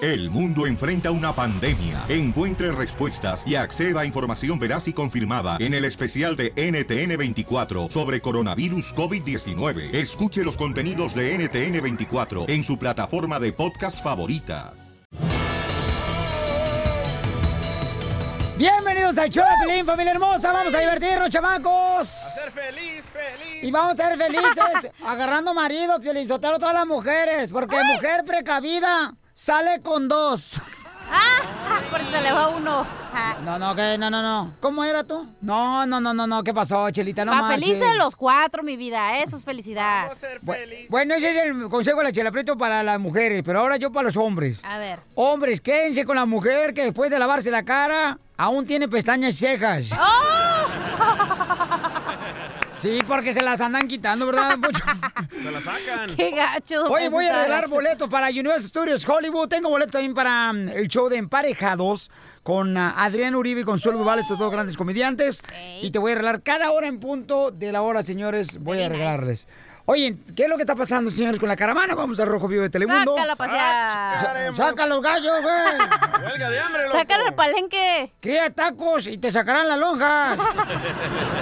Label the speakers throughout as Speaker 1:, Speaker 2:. Speaker 1: El mundo enfrenta una pandemia. Encuentre respuestas y acceda a información veraz y confirmada en el especial de NTN24 sobre coronavirus COVID-19. Escuche los contenidos de NTN24 en su plataforma de podcast favorita.
Speaker 2: Bienvenidos al show de Pelín, familia hermosa. Vamos a divertirnos, chamacos.
Speaker 3: A ser feliz, feliz.
Speaker 2: Y vamos a ser felices agarrando marido, Piolizotero, todas las mujeres. Porque mujer precavida sale con dos.
Speaker 4: Ah, por eso se le va uno. Ah.
Speaker 2: No, no, que no, no, no. ¿Cómo era tú? No, no, no, no, no. ¿Qué pasó, Chelita? No
Speaker 4: Pa'
Speaker 2: marches.
Speaker 4: felices los cuatro, mi vida. Eso es felicidad.
Speaker 2: Bu- Bueno, ese es el consejo de la Chela Prieto para las mujeres, pero ahora yo para los hombres.
Speaker 4: A ver.
Speaker 2: Hombres, quédense con la mujer que después de lavarse la cara aún tiene pestañas y cejas.
Speaker 3: ¡Oh!
Speaker 2: Sí, porque se las andan quitando, ¿verdad, Poncho?
Speaker 3: Se la sacan.
Speaker 2: Oye, voy a arreglar boletos para Universal Studios Hollywood. Tengo boletos también para mm, el show de Emparejados con ah, Adrián Uribe y Consuelo Duval, estos dos grandes comediantes. Y te voy a arreglar cada hora en punto de la hora, señores. Voy a arreglarles. Oye, ¿qué es lo que está pasando, señores, con la caravana? Vamos al Rojo Vivo de Telemundo.
Speaker 4: Sácala a
Speaker 2: Ah.
Speaker 4: pasear.
Speaker 2: Sa- Saca los gallos, güey.
Speaker 3: Huelga de hambre, loco.
Speaker 4: Sácala al palenque.
Speaker 2: Cría tacos y te sacarán la
Speaker 3: ¿Ah?
Speaker 2: lonja.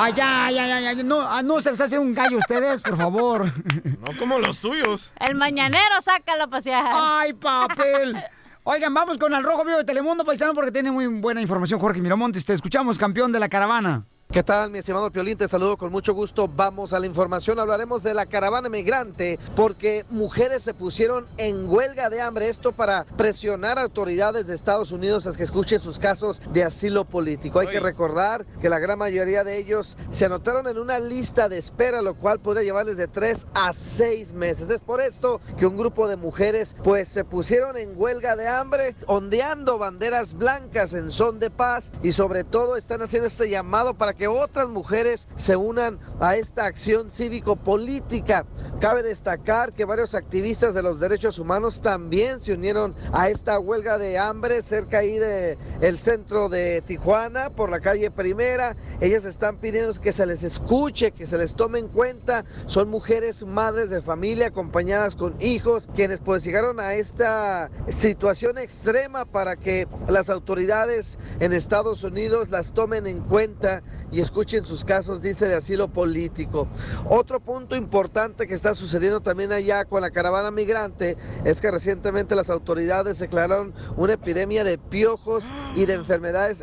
Speaker 2: Ay, ya, ya, ya, ya. No, ah, no se les hace un gallo a ustedes, por favor.
Speaker 3: No como los tuyos.
Speaker 4: El mañanero, sácala a pasear.
Speaker 2: ¡Ay, papel! Oigan, vamos con el Rojo Vivo de Telemundo, paisano, porque tiene muy buena información Jorge Miramontes. Te escuchamos, campeón de la caravana.
Speaker 5: ¿Qué tal, mi estimado Piolín? Te saludo con mucho gusto. Vamos a la información. Hablaremos de la caravana migrante porque mujeres se pusieron en huelga de hambre. Esto para presionar a autoridades de Estados Unidos a que escuchen sus casos de asilo político. Hay que recordar que la gran mayoría de ellos se anotaron en una lista de espera, lo cual podría llevarles de tres a seis meses. Es por esto que un grupo de mujeres pues se pusieron en huelga de hambre, ondeando banderas blancas en son de paz y sobre todo están haciendo este llamado para que otras mujeres se unan a esta acción cívico-política. Cabe destacar que varios activistas de los derechos humanos también se unieron a esta huelga de hambre cerca ahí de el centro de Tijuana por la calle Primera. Ellas están pidiendo que se les escuche, que se les tome en cuenta. Son mujeres madres de familia acompañadas con hijos quienes pues llegaron a esta situación extrema para que las autoridades en Estados Unidos las tomen en cuenta y escuchen sus casos, dice, de asilo político. Otro punto importante que está sucediendo también allá con la caravana migrante es que recientemente las autoridades declararon una epidemia de piojos y de enfermedades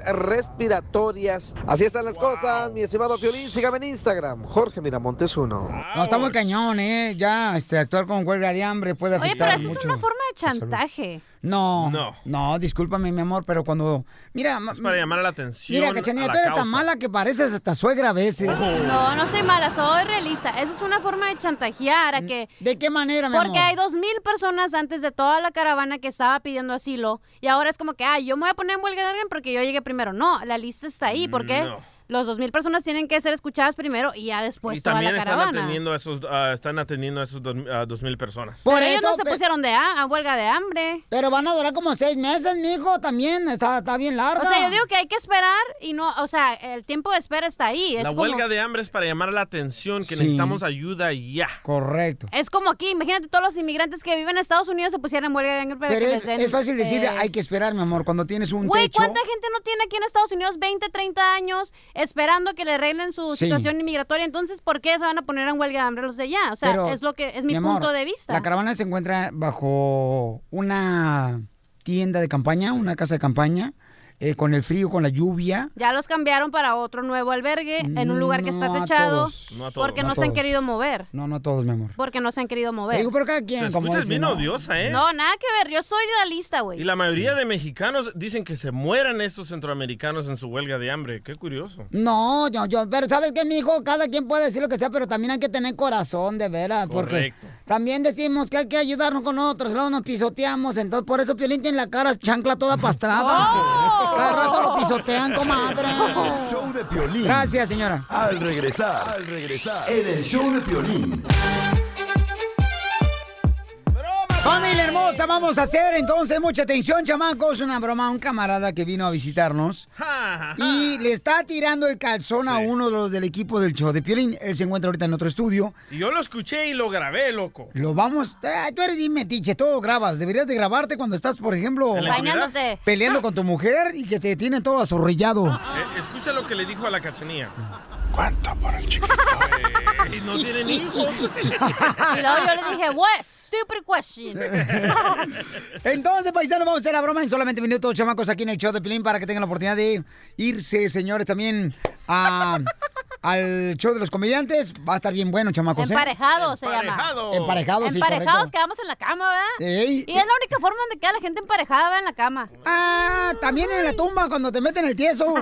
Speaker 5: respiratorias. Así están las cosas, mi estimado Piolín. Sígame en Instagram, Jorge Miramontes 1.
Speaker 2: No, está muy cañón, ¿eh? Ya, este, actuar con huelga de hambre puede
Speaker 4: Oye,
Speaker 2: afectar
Speaker 4: pero eso
Speaker 2: mucho.
Speaker 4: es una forma de chantaje.
Speaker 2: No, no,
Speaker 3: No.
Speaker 2: discúlpame, mi amor, pero cuando... Mira, ma-
Speaker 3: Es para llamar la atención.
Speaker 2: mira, Cachanilla,
Speaker 3: a la
Speaker 2: tú eres tan
Speaker 3: causa.
Speaker 2: mala que pareces hasta suegra a veces.
Speaker 4: No, no soy mala, soy realista. Eso es una forma de chantajear a que...
Speaker 2: Mm, ¿De qué manera, mi
Speaker 4: Porque
Speaker 2: amor?
Speaker 4: hay dos mil personas antes de toda la caravana que estaba pidiendo asilo y ahora es como que, ah, yo me voy a poner en huelga de hambre porque yo llegué primero. No, la lista está ahí porque
Speaker 3: No.
Speaker 4: los dos mil personas tienen que ser escuchadas primero y ya después
Speaker 3: y
Speaker 4: Pues, toda
Speaker 3: también
Speaker 4: la
Speaker 3: están
Speaker 4: caravana.
Speaker 3: atendiendo a esos, ah, están atendiendo a esos dos, a dos mil personas.
Speaker 2: Por
Speaker 4: Pero ellos
Speaker 2: eso,
Speaker 4: no se
Speaker 2: pe-
Speaker 4: pusieron de ha- Ah, a huelga de hambre.
Speaker 2: Pero van a durar como seis meses, mijo, también. Está, está bien larga.
Speaker 4: O sea, yo digo que hay que esperar y no, o sea, el tiempo de espera está ahí. Es
Speaker 3: la
Speaker 4: como,
Speaker 3: huelga de hambre es para llamar la atención,
Speaker 2: Sí.
Speaker 3: que necesitamos ayuda ya.
Speaker 2: Correcto.
Speaker 4: Es como aquí, imagínate todos los inmigrantes que viven en Estados Unidos se pusieran en huelga de hambre. para
Speaker 2: Pero
Speaker 4: que
Speaker 2: es,
Speaker 4: les den,
Speaker 2: es fácil decir,
Speaker 4: eh,
Speaker 2: hay que esperar, mi amor, cuando tienes un
Speaker 4: Güey,
Speaker 2: techo.
Speaker 4: ¿cuánta gente no tiene aquí en Estados Unidos 20, 30 años esperando que le arreglen su
Speaker 2: Sí.
Speaker 4: situación inmigratoria? Entonces, ¿por qué se van a poner en huelga de hambre los de allá? O sea,
Speaker 2: Pero,
Speaker 4: es lo que es mi,
Speaker 2: amor,
Speaker 4: punto de vista.
Speaker 2: La caravana se encuentra bajo una tienda de campaña, una casa de campaña, eh, con el frío, con la lluvia.
Speaker 4: ya los cambiaron para otro nuevo albergue en un lugar que está
Speaker 2: No a
Speaker 4: techado
Speaker 2: todos.
Speaker 3: No a todos.
Speaker 4: porque
Speaker 2: No
Speaker 4: no,
Speaker 2: a
Speaker 4: se han
Speaker 2: todos.
Speaker 4: querido mover.
Speaker 2: No, no todos, mi amor.
Speaker 4: Porque no se han querido
Speaker 2: Te
Speaker 4: mover.
Speaker 2: digo, pero cada quien,
Speaker 3: Te
Speaker 2: como
Speaker 3: escuchas
Speaker 2: dice,
Speaker 3: bien
Speaker 2: ¿no?
Speaker 3: odiosa, ¿eh?
Speaker 4: No, nada que ver. Yo soy realista, güey.
Speaker 3: Y la mayoría de mexicanos dicen que se mueran estos centroamericanos en su huelga de hambre. Qué curioso.
Speaker 2: No, yo, yo, pero ¿sabes qué, mijo? Cada quien puede decir lo que sea, pero también hay que tener corazón, de veras,
Speaker 3: Correcto.
Speaker 2: porque también decimos que hay que ayudarnos con otros, luego nos pisoteamos, entonces por eso Piolín tiene la cara chancla toda
Speaker 4: ¡Oh!
Speaker 2: pastrada. Cada rato lo pisotean, comadre.
Speaker 6: El show de Piolín.
Speaker 2: Gracias, señora.
Speaker 6: Al regresar, al regresar, en el show de Piolín.
Speaker 3: ¡Broma,
Speaker 2: Familia hermosa, vamos a hacer entonces mucha atención, chamacos. Una broma, un camarada que vino a visitarnos y le está tirando el calzón a uno de los del equipo del show de Piolín. Él se encuentra ahorita en otro estudio.
Speaker 3: Y yo lo escuché y lo grabé, loco.
Speaker 2: Lo vamos. ah, tú eres bien metiche, todo grabas. Deberías de grabarte cuando estás, por ejemplo,
Speaker 3: ¿En la intimidad? Bañándote.
Speaker 2: peleando con tu mujer y que te tiene todo azorrillado.
Speaker 3: Eh, escucha lo que le dijo a la cachanilla. Eh,
Speaker 2: ¿Cuánto por el chiquito?
Speaker 3: Y no tiene ni hijos.
Speaker 4: Y luego yo le dije, what? Stupid question.
Speaker 2: Entonces, paisanos, vamos a hacer la broma en solamente minutos, chamacos, aquí en el show de Pilín para que tengan la oportunidad de irse, señores, también a- al show de los comediantes. Va a estar bien bueno, chamacos. ¿eh?
Speaker 4: Emparejado se llama.
Speaker 2: Emparejados, sí,
Speaker 4: Emparejados
Speaker 2: correcto.
Speaker 4: quedamos en la cama, ¿verdad?
Speaker 2: Ey.
Speaker 4: y es la única forma donde queda la gente emparejada, ¿verdad? En la cama.
Speaker 2: Ah, también en la tumba cuando te meten el tieso.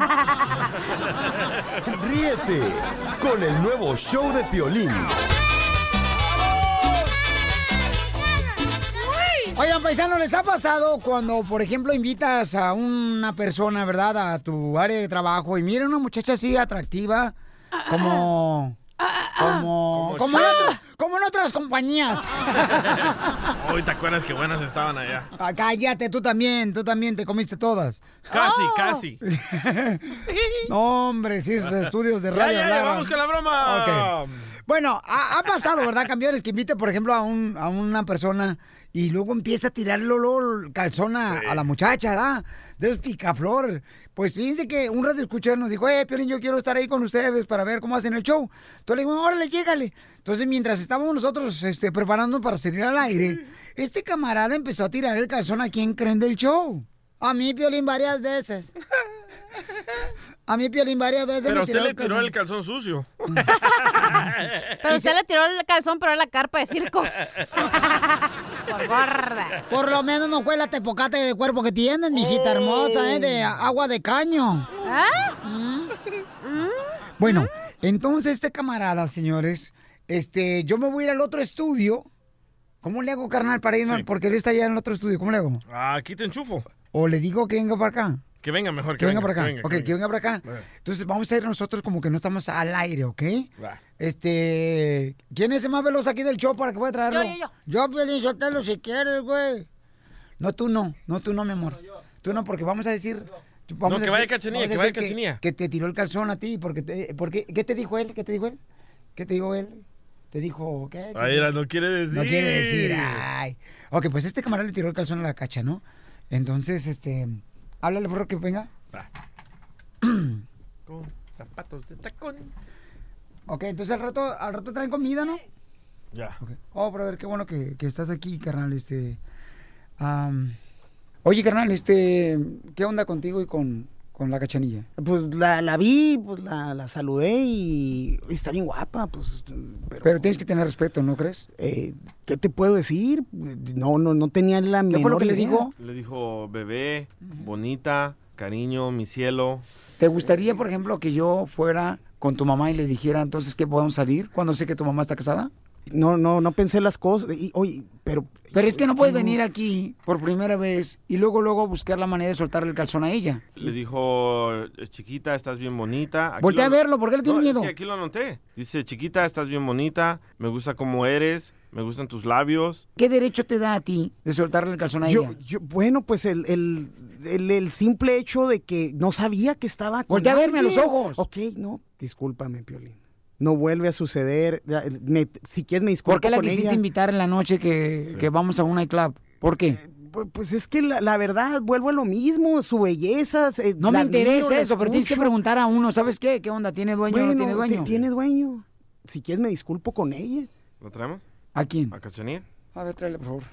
Speaker 6: Ríete con el nuevo show de Piolín.
Speaker 2: Oigan, paisano, ¿les ha pasado cuando, por ejemplo, invitas a una persona, ¿verdad?, a tu área de trabajo y mira una muchacha así atractiva, como. Como,
Speaker 3: Como
Speaker 2: como, en
Speaker 3: Cher.
Speaker 2: otro- como en otras compañías.
Speaker 3: Hoy te acuerdas que buenas estaban allá.
Speaker 2: Ah, Cállate, tú también, tú también te comiste todas.
Speaker 3: Casi,
Speaker 2: Oh.
Speaker 3: casi.
Speaker 2: No, hombre, sí, esos estudios de
Speaker 3: Ya,
Speaker 2: radio.
Speaker 3: ya, ya,
Speaker 2: hablaron.
Speaker 3: vamos con la broma.
Speaker 2: Ok. Bueno, ha, ha pasado, ¿verdad, campeones? Que invite, por ejemplo, a, un, a una persona y luego empieza a tirarle olor calzón a, a la muchacha, ¿verdad? De esos picaflor. Pues fíjense que un radio escuchar nos dijo, eh, Piolín, yo quiero estar ahí con ustedes para ver cómo hacen el show. Entonces le digo, órale, llégale. Entonces, mientras estábamos nosotros este, preparándonos para salir al aire, este camarada empezó a tirar el calzón a quien creen del show. A mí, Piolín, varias veces. A mí, Piolín, varias veces
Speaker 3: Pero
Speaker 2: me
Speaker 3: usted
Speaker 2: tiró
Speaker 3: le
Speaker 2: el
Speaker 3: tiró
Speaker 2: calzón.
Speaker 3: el calzón sucio.
Speaker 4: Pero usted le tiró el calzón, pero era la carpa de circo. Por gorda.
Speaker 2: Por lo menos no fue la tepocate de cuerpo que tienes, mijita hermosa, ¿eh? De agua de caño.
Speaker 4: ¿Ah?
Speaker 2: ¿Mm? Bueno, entonces este camarada, señores, este, yo me voy a ir al otro estudio. ¿Cómo le hago, carnal, para irme?
Speaker 3: Sí.
Speaker 2: Porque él está allá en el otro estudio. ¿Cómo le hago?
Speaker 3: Ah, Aquí te enchufo.
Speaker 2: ¿O le digo que venga para acá?
Speaker 3: Que venga mejor.
Speaker 2: Que, venga, para acá.
Speaker 3: que venga,
Speaker 2: ok, que venga para acá. Entonces vamos a ir nosotros como que no estamos al aire, ¿ok?
Speaker 3: Va.
Speaker 2: Este, ¿quién es el más veloz aquí del show para que pueda traerlo?
Speaker 4: Yo, yo,
Speaker 2: Yo, Piolín, suéltalo si quieres, güey. No, tú no, no, tú no, mi amor. Tú no, porque vamos a decir... Vamos
Speaker 3: No,
Speaker 2: a
Speaker 3: que
Speaker 2: decir-
Speaker 3: vaya Cachanilla,
Speaker 2: vamos a
Speaker 3: que vaya
Speaker 2: decir
Speaker 3: Cachanilla.
Speaker 2: Que te tiró el calzón a ti, porque, te- porque... ¿Qué te dijo él? ¿Qué te dijo él? ¿Qué te dijo él? ¿Te dijo qué?
Speaker 3: Ah, mira, no quiere decir.
Speaker 2: No quiere decir, ay. Ok, pues este camarada le tiró el calzón a la cacha, ¿no? Entonces, este... Háblale, por que venga.
Speaker 3: Con zapatos de tacón.
Speaker 2: Ok, entonces al rato, al rato traen comida, ¿no?
Speaker 3: Ya.
Speaker 2: Oh, brother, qué bueno que, que estás aquí, carnal, este... am, oye, carnal, este... ¿Qué onda contigo y con, con la cachanilla?
Speaker 7: Pues la, la vi, pues la, la saludé y está bien guapa, pues. Pero,
Speaker 2: Pero, tienes que tener respeto, ¿no crees?
Speaker 7: eh, ¿qué te puedo decir? No, no, no tenía la
Speaker 2: ¿Qué
Speaker 7: menor
Speaker 2: fue lo que le
Speaker 7: idea.
Speaker 2: dijo?
Speaker 3: Le dijo, bebé, bonita, cariño, mi cielo.
Speaker 2: ¿Te gustaría, por ejemplo, que yo fuera con tu mamá y le dijera entonces que podemos salir cuando sé que tu mamá está casada?
Speaker 7: No, no, no pensé las cosas. Y, oye, pero.
Speaker 2: Pero es que no puedes venir aquí por primera vez y luego, luego buscar la manera de soltarle el calzón a ella.
Speaker 8: Le dijo,
Speaker 3: "Eh,
Speaker 8: chiquita, estás bien bonita. Aquí
Speaker 2: Voltea
Speaker 8: lo-
Speaker 2: a verlo, ¿por qué le tiene
Speaker 8: No, es
Speaker 2: miedo?
Speaker 8: que aquí lo anoté. Dice, chiquita, estás bien bonita, me gusta cómo eres, me gustan tus labios.
Speaker 2: ¿Qué derecho te da a ti de soltarle el calzón a
Speaker 7: Yo,
Speaker 2: ella?
Speaker 7: yo- bueno, pues el, el, el- el simple hecho de que no sabía que estaba con
Speaker 2: Voltea a verme a los
Speaker 7: alguien.
Speaker 2: ojos.
Speaker 7: Ok, no, discúlpame, Piolín. No vuelve a suceder. Ya, me- si quieres me disculpo
Speaker 2: ¿Por qué la
Speaker 7: con
Speaker 2: quisiste
Speaker 7: ella.
Speaker 2: invitar en la noche que, que vamos a un nightclub? ¿Por qué?
Speaker 7: Pu- Pues es que la, la verdad, vuelvo a lo mismo, su belleza. se-
Speaker 2: No me
Speaker 7: la
Speaker 2: interesa
Speaker 7: admiro, la
Speaker 2: eso, pero tienes que
Speaker 7: escucho.
Speaker 2: preguntar a uno, ¿sabes qué? ¿Qué onda? ¿Tiene dueño o
Speaker 7: Bueno,
Speaker 2: no tiene dueño?
Speaker 7: te- tiene dueño. Si quieres me disculpo con ella.
Speaker 8: ¿Lo traemos?
Speaker 2: ¿A quién?
Speaker 8: ¿A Cachanilla?
Speaker 2: A ver, tráele, por favor.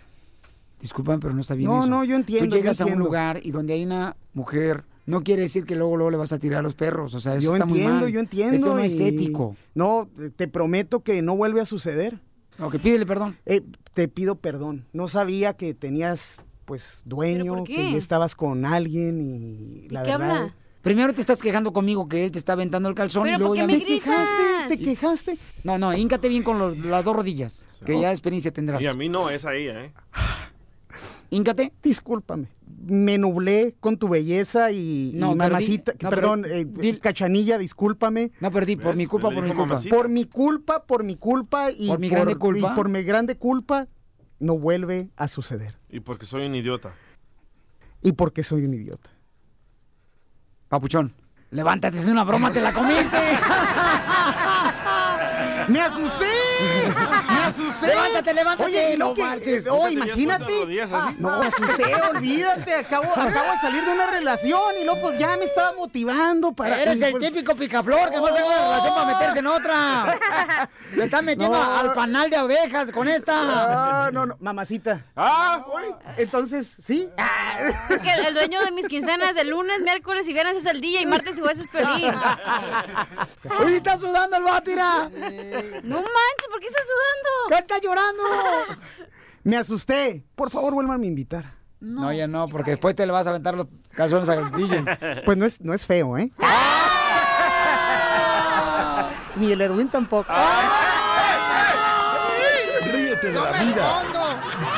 Speaker 2: Disculpame, pero no está bien
Speaker 7: No,
Speaker 2: eso.
Speaker 7: no, yo entiendo,
Speaker 2: Tú
Speaker 7: yo
Speaker 2: llegas a un
Speaker 7: entiendo.
Speaker 2: lugar y donde hay una mujer, no quiere decir que luego, luego le vas a tirar a los perros. O sea, eso
Speaker 7: yo
Speaker 2: está muy
Speaker 7: entiendo,
Speaker 2: mal.
Speaker 7: yo entiendo.
Speaker 2: Eso no
Speaker 7: y-
Speaker 2: es ético.
Speaker 7: No, te prometo que no vuelve a suceder.
Speaker 2: Ok, pídele perdón.
Speaker 7: Eh, te pido perdón. No sabía que tenías, pues, dueño,
Speaker 4: por qué?
Speaker 7: que ya estabas con alguien y la
Speaker 4: ¿Y qué
Speaker 7: verdad.
Speaker 4: habla?
Speaker 2: Primero te estás quejando conmigo que él te está aventando el calzón y
Speaker 4: Pero
Speaker 2: luego
Speaker 4: ¿por qué
Speaker 2: ya
Speaker 4: me
Speaker 7: ¿Te
Speaker 4: gritas?
Speaker 7: quejaste? ¿Te quejaste?
Speaker 2: No, no, híncate bien con los- las dos rodillas, que ya experiencia tendrás.
Speaker 8: Y a mí no, es a ella, ¿eh?
Speaker 2: Híncate.
Speaker 7: Discúlpame. Me nublé con tu belleza y, y
Speaker 2: No, pero di-
Speaker 7: mamacita,
Speaker 2: no, pero
Speaker 7: perdón, eh,
Speaker 2: di-
Speaker 7: cachanilla, discúlpame.
Speaker 2: No perdí, por
Speaker 8: ¿Ves?
Speaker 2: mi culpa,
Speaker 8: Le
Speaker 2: por mi
Speaker 8: dijo
Speaker 2: culpa.
Speaker 8: mamacita.
Speaker 7: Por mi culpa, por mi culpa y
Speaker 2: Por mi grande culpa.
Speaker 7: y por mi grande culpa no vuelve a suceder.
Speaker 3: Y porque soy un idiota.
Speaker 7: Y porque soy un idiota.
Speaker 2: Papuchón, levántate, es una broma, te la comiste.
Speaker 7: ¡Me asusté! ¡Me asusté!
Speaker 2: Levántate, levántate,
Speaker 7: Oye, y
Speaker 2: no
Speaker 7: no que,
Speaker 2: marches.
Speaker 7: eh, oh,
Speaker 3: ¿Sí te tenías
Speaker 7: imagínate.
Speaker 3: puestas las rodillas así?
Speaker 7: No, asusté, olvídate. Acabo, acabo de salir de una relación y luego pues ya me estaba motivando para.
Speaker 2: Eres
Speaker 7: y,
Speaker 2: el
Speaker 7: pues,
Speaker 2: típico picaflor que no saca una relación para meterse en otra. Le estás metiendo
Speaker 7: No.
Speaker 2: al panal de abejas con esta.
Speaker 7: Ah, no, no, mamacita.
Speaker 3: ¡Ah! güey!
Speaker 7: Entonces, sí.
Speaker 2: Ah.
Speaker 4: Es que el dueño de mis quincenas el lunes, miércoles y viernes es el día y martes y jueves es Piolín.
Speaker 2: Uy, está sudando el batira.
Speaker 4: No manches, ¿por qué estás sudando?
Speaker 2: ¿Qué está llorando?
Speaker 7: Me asusté. Por favor, vuelvan a invitar.
Speaker 2: No, ya no, porque después te le vas a aventar los calzones al DJ.
Speaker 7: Pues no es, no es feo, ¿eh? Ni el Edwin tampoco.
Speaker 2: Ah,
Speaker 6: Ríete de la vida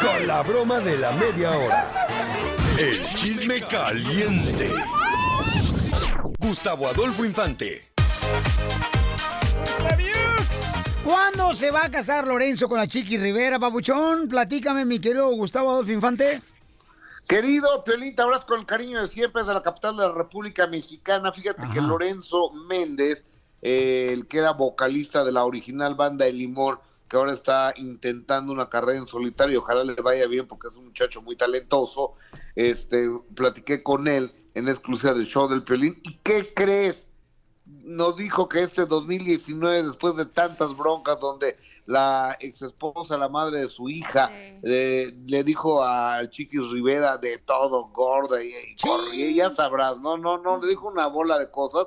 Speaker 6: con la broma de la media hora. El chisme caliente. Gustavo Adolfo Infante.
Speaker 2: ¿Cuándo se va a casar Lorenzo con la Chiqui Rivera, papuchón? Platícame, mi querido Gustavo Adolfo Infante.
Speaker 9: Querido Piolín, te abrazo con el cariño de siempre desde la capital de la República Mexicana. Fíjate que Lorenzo Méndez, eh, el que era vocalista de la original banda El Limón, que ahora está intentando una carrera en solitario, ojalá le vaya bien porque es un muchacho muy talentoso. Este, platiqué con él en exclusiva del show del Piolín. ¿Y qué crees? nos dijo que este 2019, después de tantas broncas donde la ex esposa, la madre de su hija, eh, le dijo a Chiquis Rivera de todo, gorda y, y corre, y ya sabrás, no, no, no, le dijo una bola de cosas,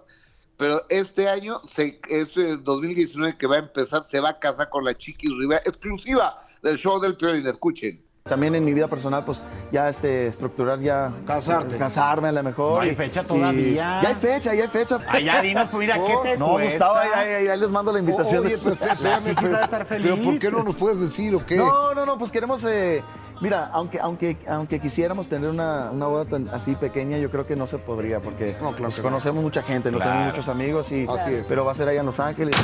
Speaker 9: pero este año, se, este 2019 que va a empezar, se va a casar con la Chiquis Rivera, exclusiva del show del Piolín, escuchen.
Speaker 10: También en mi vida personal, pues ya este, estructurar, ya. Casarte. Casarme a lo mejor.
Speaker 1: No hay
Speaker 10: y-
Speaker 1: fecha
Speaker 10: y-
Speaker 1: todavía.
Speaker 10: Ya hay fecha, ya hay fecha.
Speaker 1: Allá dinos, pues mira, ¿qué te
Speaker 10: no,
Speaker 1: cuesta?
Speaker 10: Gustavo, ahí, ahí- ahí les mando la invitación.
Speaker 9: Oye, pero, espérame,
Speaker 1: La chiquis
Speaker 9: pero-
Speaker 1: pues, va a estar feliz.
Speaker 9: pero ¿por qué no nos puedes decir o qué?
Speaker 10: No, no, no, pues queremos, eh, mira, aunque, aunque, aunque quisiéramos tener una, una boda tan así pequeña, yo creo que no se podría, porque
Speaker 9: No, claro
Speaker 10: pues,
Speaker 9: que no.
Speaker 10: conocemos mucha gente, no tenemos muchos amigos, y,
Speaker 9: Así es.
Speaker 10: pero va a ser allá en Los Ángeles.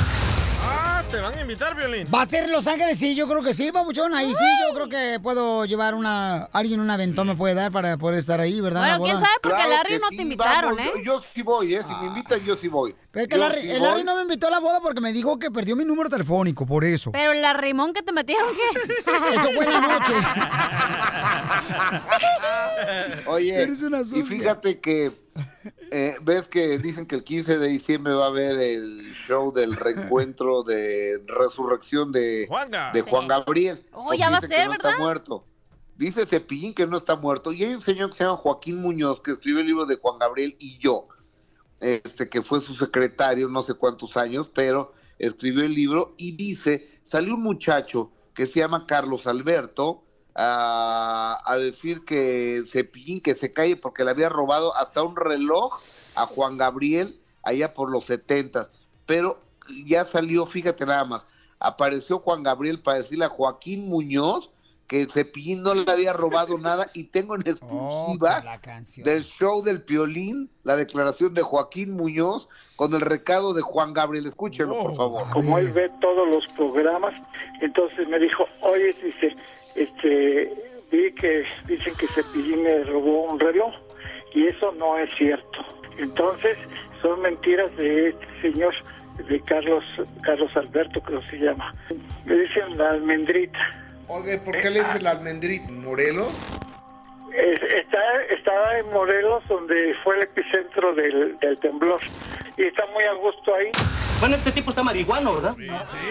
Speaker 11: ¡Ah! ¡Te van a invitar, Violín!
Speaker 2: ¿Va a ser Los Ángeles? Sí, yo creo que sí, papuchón. Ahí sí, yo creo que puedo llevar una. Alguien un aventón me puede dar para poder estar ahí, ¿verdad? en la
Speaker 4: Bueno, quién
Speaker 2: boda?
Speaker 4: sabe, porque
Speaker 9: Claro
Speaker 4: Larry
Speaker 9: que
Speaker 4: no
Speaker 9: sí,
Speaker 4: te invitaron,
Speaker 9: vamos,
Speaker 4: ¿eh?
Speaker 9: Yo, yo sí voy, ¿eh? Si me invitan, yo sí voy.
Speaker 2: Pero es que
Speaker 9: Yo
Speaker 2: Larry,
Speaker 9: sí
Speaker 2: el Larry
Speaker 9: voy.
Speaker 2: no me invitó a la boda porque me dijo que perdió mi número telefónico, por eso.
Speaker 4: Pero la rimón que te metieron, ¿qué?
Speaker 2: Eso, buenas noches.
Speaker 9: Oye,
Speaker 2: Eres una
Speaker 9: y
Speaker 2: sucia.
Speaker 9: fíjate que eh, ves que dicen que el 15 de diciembre va a haber el show del reencuentro de resurrección de,
Speaker 11: Juanga.
Speaker 9: de
Speaker 4: Sí.
Speaker 9: Juan Gabriel.
Speaker 4: Oh,
Speaker 9: Porque
Speaker 4: ya va a
Speaker 9: dicen
Speaker 4: ser,
Speaker 9: que no
Speaker 4: ¿verdad?
Speaker 9: está muerto. Dice Cepillín que no está muerto. Y hay un señor que se llama Joaquín Muñoz que escribió el libro de Juan Gabriel y yo, este que fue su secretario no sé cuántos años, pero escribió el libro y dice, salió un muchacho que se llama Carlos Alberto a, a decir que Cepillín que se calle porque le había robado hasta un reloj a Juan Gabriel allá por los setentas. Pero ya salió, fíjate nada más, apareció Juan Gabriel para decirle a Joaquín Muñoz que Cepillín no le había robado nada y tengo en exclusiva
Speaker 2: la canción.
Speaker 9: del show del Piolín, la declaración de Joaquín Muñoz con el recado de Juan Gabriel. Escúchenlo, por favor.
Speaker 12: como él ve todos los programas, entonces me dijo, oye, dice, este, vi que dicen que Cepillín me robó un reloj y eso no es cierto. Entonces son mentiras de este señor, de Carlos, Carlos Alberto creo que se llama. Le dicen la almendrita.
Speaker 9: Oye, ¿por qué le dicen la almendrita Morelos?
Speaker 12: Es- Está, está en Morelos donde fue el epicentro del, del temblor y está muy a gusto ahí.
Speaker 1: Bueno, este tipo está marihuano, ¿verdad?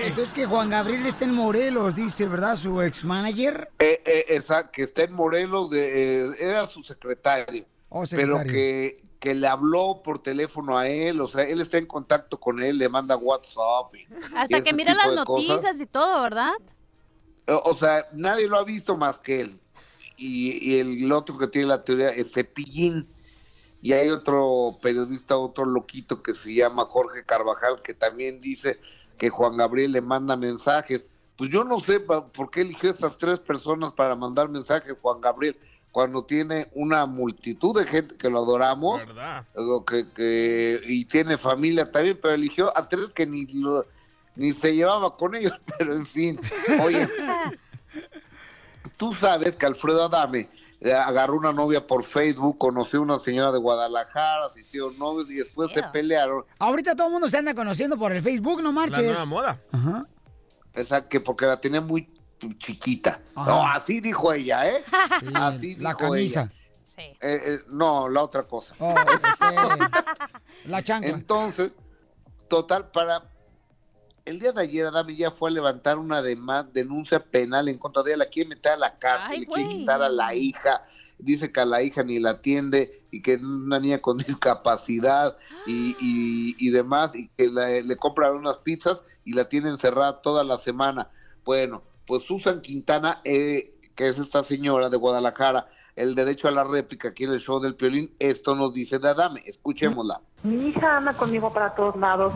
Speaker 2: Entonces que Juan Gabriel está en Morelos, dice, ¿verdad? Su ex manager.
Speaker 9: Eh, esa, que está en Morelos, de, eh, era su secretario,
Speaker 2: Oh,
Speaker 9: pero
Speaker 2: secretario.
Speaker 9: que, que le habló por teléfono a él, o sea, él está en contacto con él, le manda WhatsApp. y- y
Speaker 4: Hasta
Speaker 9: ese
Speaker 4: que mira
Speaker 9: tipo
Speaker 4: las
Speaker 9: de cosas.
Speaker 4: noticias y todo, ¿verdad?
Speaker 9: O, o sea, nadie lo ha visto más que él. Y, y el otro que tiene la teoría es Cepillín. Y hay otro periodista, otro loquito que se llama Jorge Carvajal, que también dice que Juan Gabriel le manda mensajes. Pues yo no sé pa- por qué eligió esas tres personas para mandar mensajes Juan Gabriel, cuando tiene una multitud de gente que lo adoramos
Speaker 11: ¿Verdad?
Speaker 9: o que, que- y tiene familia también, pero eligió a tres que ni lo- ni se llevaba con ellos, pero en fin. Oye, Tú sabes que Alfredo Adame eh, agarró una novia por Facebook, conoció a una señora de Guadalajara, se hicieron novios y después se pelearon.
Speaker 2: Ahorita todo el mundo se anda conociendo por el Facebook, no marches.
Speaker 9: nueva moda. Esa que porque la tenía muy chiquita.
Speaker 2: Ajá.
Speaker 9: No, así dijo ella, ¿eh? así
Speaker 2: la
Speaker 9: dijo
Speaker 2: camisa. Oh,
Speaker 9: ella. Eh, eh, no, la otra cosa.
Speaker 2: la chancla.
Speaker 9: Entonces, total, para el día de ayer Adame ya fue a levantar una dema- denuncia penal en contra de ella, la quiere meter a la cárcel,
Speaker 13: Ay,
Speaker 9: le quiere
Speaker 13: güey.
Speaker 9: quitar a la hija, dice que a la hija ni la atiende y que es una niña con discapacidad y, y- y demás, y que la- le compran unas pizzas y la tienen cerrada toda la semana. Bueno, pues Susan Quintana, eh, que es esta señora de Guadalajara, el derecho a la réplica aquí en el show del Piolín, esto nos dice de Adame, escuchémosla.
Speaker 14: Mi hija anda conmigo para todos lados.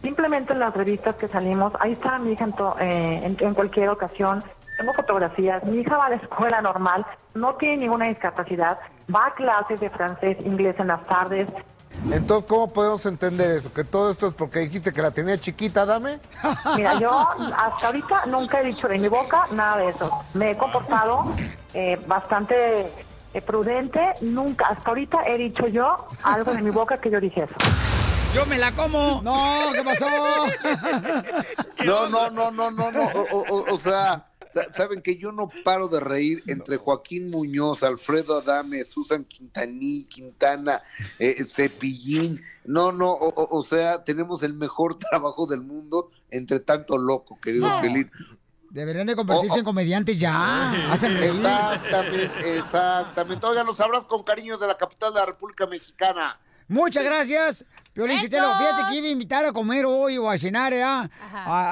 Speaker 14: Simplemente en las revistas que salimos, ahí está mi hija en, to- eh, en- en cualquier ocasión. Tengo fotografías. Mi hija va a la escuela normal, no tiene ninguna discapacidad. Va a clases de francés, inglés en las tardes.
Speaker 15: Entonces, ¿cómo podemos entender eso? Que todo esto es porque dijiste que la tenía chiquita, dame.
Speaker 14: Mira, yo hasta ahorita nunca he dicho de mi boca nada de eso. Me he comportado eh, bastante eh, prudente. Nunca, hasta ahorita he dicho yo algo de mi boca que yo dije eso.
Speaker 2: Yo me la como. No, ¿qué pasó?
Speaker 9: No, no, no, no, no, no. O, o- o- o sea, sa- saben que yo no paro de reír entre Joaquín Muñoz, Alfredo Adame, Susan Quintaní, Quintana, eh, Cepillín. No, no, o, o- o sea, tenemos el mejor trabajo del mundo entre tanto loco, querido
Speaker 2: No.
Speaker 9: Pelín.
Speaker 2: Deberían de convertirse en comediantes ya. Hacen reír.
Speaker 9: Exactamente, exactamente. Oigan, los abrazos con cariño de la capital de la República Mexicana.
Speaker 2: Muchas gracias. Piolín Sotelo, fíjate que iba a invitar a comer hoy o a cenar ¿eh? a,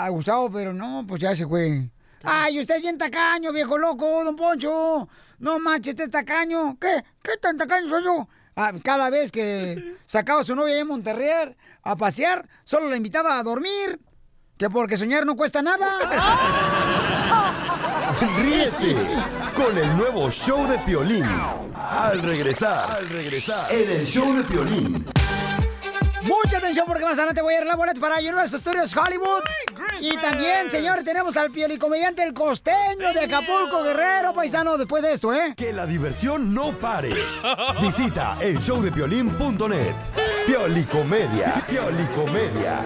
Speaker 2: a Gustavo, pero no, pues ya se fue. Ay, usted es bien tacaño, viejo loco, don Poncho. No manches, este es tacaño. ¿Qué? ¿Qué tan tacaño soy yo? Ah, cada vez que sacaba a su novia ahí en Monterrey a pasear, solo la invitaba a dormir. Que porque soñar no cuesta nada.
Speaker 6: Ríete con el nuevo show de Piolín. Al regresar, al regresar, en el show de Piolín.
Speaker 2: Mucha atención porque más adelante voy a ir la boleta para Universal Studios Hollywood. Y también, señor, tenemos al comediante el costeño de Acapulco, Guerrero, paisano, después de esto, ¿eh?
Speaker 6: Que la diversión no pare. Visita el showdepiolín.net. Piolicomedia, piolicomedia.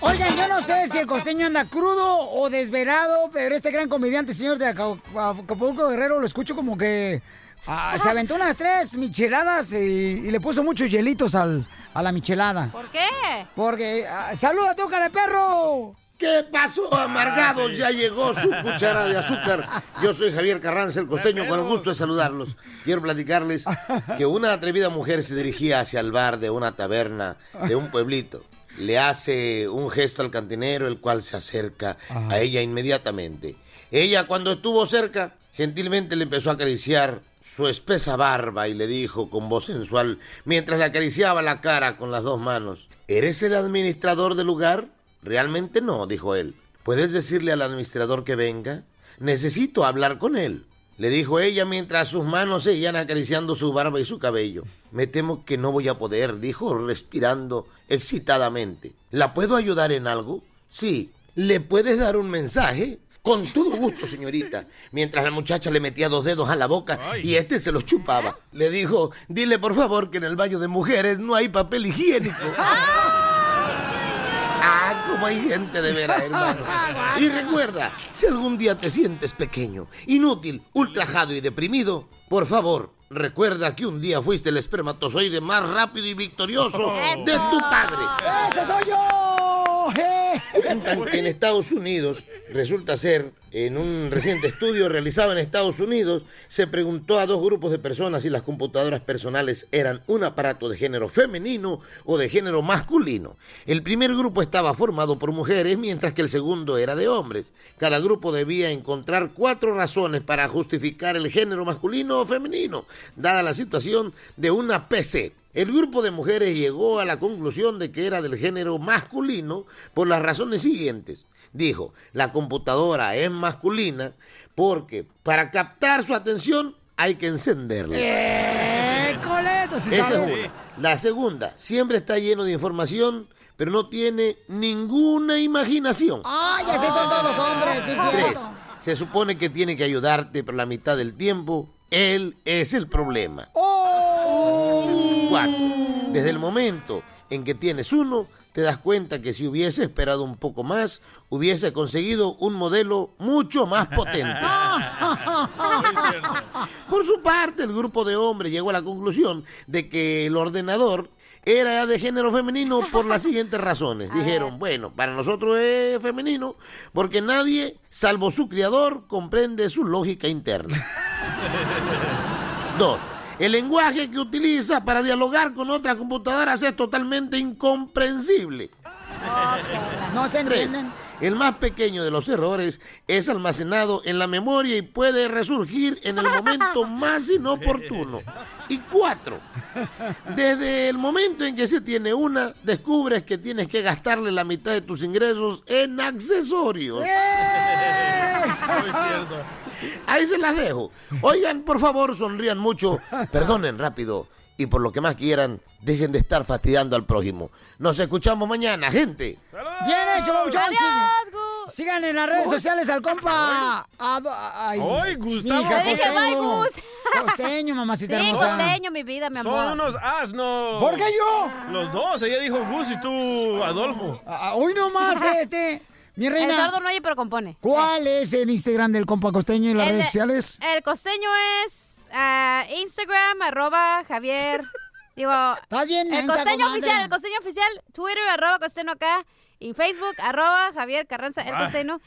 Speaker 2: Oigan, yo no sé si el costeño anda crudo o desvelado, pero este gran comediante, señor de Aca- Acapulco, Guerrero, lo escucho como que ah, se aventó unas tres micheladas y, y le puso muchos hielitos al, a la michelada.
Speaker 4: ¿Por qué?
Speaker 2: Porque, ah, saluda tú, cara de perro.
Speaker 11: ¿Qué pasó, amargado? Ya llegó su cuchara de azúcar. Yo soy Javier Carranza, el costeño, con el gusto de saludarlos. Quiero platicarles que una atrevida mujer se dirigía hacia el bar de una taberna de un pueblito. Le hace un gesto al cantinero, el cual se acerca a ella inmediatamente. Ella, cuando estuvo cerca, gentilmente le empezó a acariciar su espesa barba y le dijo con voz sensual, mientras le acariciaba la cara con las dos manos, ¿Eres el administrador del lugar? Realmente no, dijo él. ¿Puedes decirle al administrador que venga? Necesito hablar con él, le dijo ella mientras sus manos seguían acariciando su barba y su cabello. Me temo que no voy a poder, dijo respirando excitadamente. ¿La puedo ayudar en algo? Sí. ¿Le puedes dar un mensaje? Con todo gusto, señorita. Mientras la muchacha le metía dos dedos a la boca y este se los chupaba. Le dijo, dile por favor que en el baño de mujeres no hay papel higiénico. Ah, como hay gente de veras, hermano. Y recuerda, si algún día te sientes pequeño, inútil, ultrajado y deprimido, por favor, recuerda que un día fuiste el espermatozoide más rápido y victorioso de tu padre.
Speaker 2: ¡Ese soy yo! ¡Eh!
Speaker 11: Cuentan que en Estados Unidos, resulta ser, en un reciente estudio realizado en Estados Unidos, se preguntó a dos grupos de personas si las computadoras personales eran un aparato de género femenino o de género masculino. El primer grupo estaba formado por mujeres, mientras que el segundo era de hombres. Cada grupo debía encontrar cuatro razones para justificar el género masculino o femenino, dada la situación de una PC. El grupo de mujeres llegó a la conclusión de que era del género masculino por las razones siguientes. Dijo, la computadora es masculina porque para captar su atención hay que encenderla.
Speaker 2: Eh, ¡Coleto! Eh, ¿sí
Speaker 11: Esa es
Speaker 2: sabes?
Speaker 11: una. La segunda, siempre está lleno de información, pero no tiene ninguna imaginación.
Speaker 2: ¡Ay, así son todos los hombres! Ah, Sí, es
Speaker 11: Tres,
Speaker 2: cierto.
Speaker 11: Se supone que tiene que ayudarte, pero la mitad del tiempo, él es el problema.
Speaker 3: Uh.
Speaker 11: Cuatro. Desde el momento en que tienes uno, te das cuenta que si hubiese esperado un poco más, hubiese conseguido un modelo mucho más potente. Por su parte, el grupo de hombres llegó a la conclusión de que el ordenador era de género femenino por las siguientes razones. Dijeron, bueno, para nosotros es femenino porque nadie, salvo su criador, comprende su lógica interna. Dos, el lenguaje que utiliza para dialogar con otras computadoras es totalmente incomprensible.
Speaker 2: No se
Speaker 11: Tres, el más pequeño de los errores es almacenado en la memoria y puede resurgir en el momento más inoportuno. Y cuatro, desde el momento en que se tiene una, descubres que tienes que gastarle la mitad de tus ingresos en accesorios. Ahí se las dejo. Oigan, por favor, sonrían mucho, perdonen rápido y por lo que más quieran, dejen de estar fastidiando al prójimo. Nos escuchamos mañana, gente.
Speaker 2: Bien hecho, Pabuchón. Sí. Sigan en las redes sociales al compa. Ado- ay, pues
Speaker 3: Ay, Gustavo.
Speaker 2: mija,
Speaker 3: Te dije,
Speaker 4: bye,
Speaker 2: costeño.
Speaker 4: Gus.
Speaker 2: Costeño, mamacita
Speaker 4: Sí,
Speaker 2: hermosa.
Speaker 4: costeño, mi vida, mi amor.
Speaker 3: Son unos asnos.
Speaker 2: ¿Por qué yo?
Speaker 3: Los dos. Ella dijo Gus y tú, Adolfo.
Speaker 2: Hoy nomás este. Mi reina.
Speaker 4: El sardo no oye, pero compone.
Speaker 2: ¿Cuál es el Instagram del compa costeño en las
Speaker 4: El-
Speaker 2: redes sociales?
Speaker 4: El costeño es ah, Instagram, arroba Javier. Digo,
Speaker 2: bien
Speaker 4: el
Speaker 2: mensa,
Speaker 4: costeño
Speaker 2: comadre.
Speaker 4: oficial, el costeño oficial, Twitter, arroba costeño acá, y Facebook, arroba Javier Carranza, el
Speaker 3: Ah.
Speaker 4: costeño.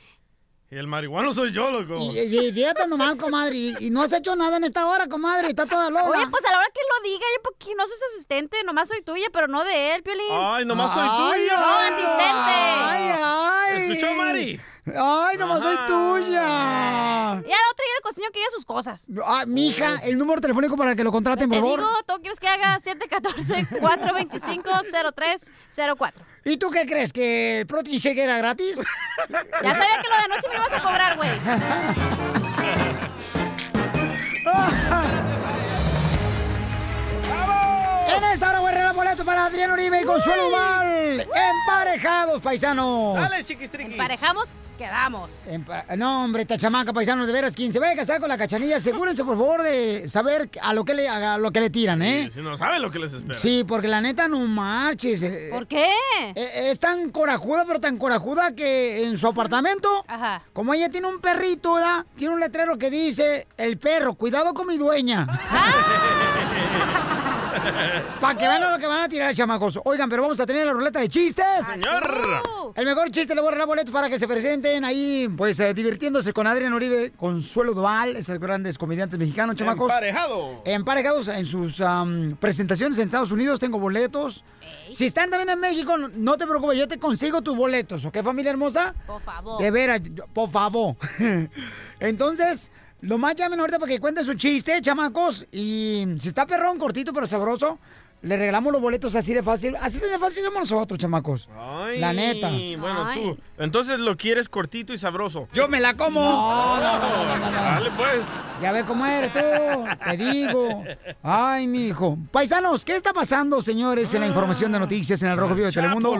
Speaker 3: Y el marihuano soy yo, loco.
Speaker 2: Y, eh, y- y fíjate nomás, comadre. Y, y no has hecho nada en esta hora, comadre. Está toda loca.
Speaker 4: Oye, pues a la hora que lo diga, yo porque no soy su asistente, nomás soy tuya, pero no de él, Piolín.
Speaker 3: Ay, nomás soy
Speaker 2: Ay,
Speaker 3: tuya.
Speaker 4: No, asistente.
Speaker 2: Ay, ay.
Speaker 3: ¿Escuchó, Mari? Ah.
Speaker 2: Ay, nomás soy tuya.
Speaker 4: Y al otro día el costeño que diga sus cosas.
Speaker 2: Ah, mija, el número telefónico para que lo contraten, por
Speaker 4: Te
Speaker 2: favor.
Speaker 4: digo, tú quieres que haga 714-425-0304.
Speaker 2: ¿Y tú qué crees? ¿Que el protein shake era gratis?
Speaker 4: Ya sabía que lo de noche me ibas a cobrar, güey.
Speaker 2: En esta hora voy a regalar boletos para Adrián Uribe y Consuelo
Speaker 4: Uy.
Speaker 2: Val. Emparejados, paisanos.
Speaker 4: Dale, Emparejamos, quedamos.
Speaker 2: Empa- No, hombre, esta chamaca, paisanos, de veras, quien se vaya a casar con la cachanilla, asegúrense, por favor, de saber a lo que le, a lo que le tiran, ¿eh?
Speaker 3: Si no saben lo que les espera.
Speaker 2: Sí, porque la neta no marches. eh,
Speaker 4: ¿Por qué?
Speaker 2: eh, Es tan corajuda, pero tan corajuda que en su apartamento,
Speaker 4: Ajá.
Speaker 2: como ella tiene un perrito, ¿verdad? Tiene un letrero que dice, el perro, cuidado con mi dueña.
Speaker 4: Ah.
Speaker 2: Para que vean lo que van a tirar, chamacos. Oigan, pero vamos a tener la ruleta de chistes.
Speaker 3: Señor.
Speaker 2: El mejor chiste le voy a regalar boletos para que se presenten ahí, pues eh, divirtiéndose con Adrián Uribe, Consuelo Duval, esos grandes comediantes mexicanos, chamacos.
Speaker 3: Emparejado.
Speaker 2: Emparejados en sus am, presentaciones en Estados Unidos, tengo boletos. Si están también en México, no te preocupes, yo te consigo tus boletos, ¿ok, familia hermosa?
Speaker 4: Por favor.
Speaker 2: De veras, yo- por favor. Entonces, lo más llamen ahorita para que cuenten su chiste, chamacos. Y si está perrón, cortito pero sabroso, le regalamos los boletos así de fácil. Así de fácil somos nosotros, chamacos.
Speaker 3: Ay,
Speaker 2: La neta.
Speaker 3: Bueno, tú. Entonces lo quieres cortito y sabroso.
Speaker 2: Yo me la como. No, no, no, no, no, no.
Speaker 3: Dale, pues.
Speaker 2: Ya ve cómo eres tú, te digo. Ay, mi hijo. Paisanos, ¿qué está pasando, señores, en la información de noticias en el Rojo Vivo de Telemundo?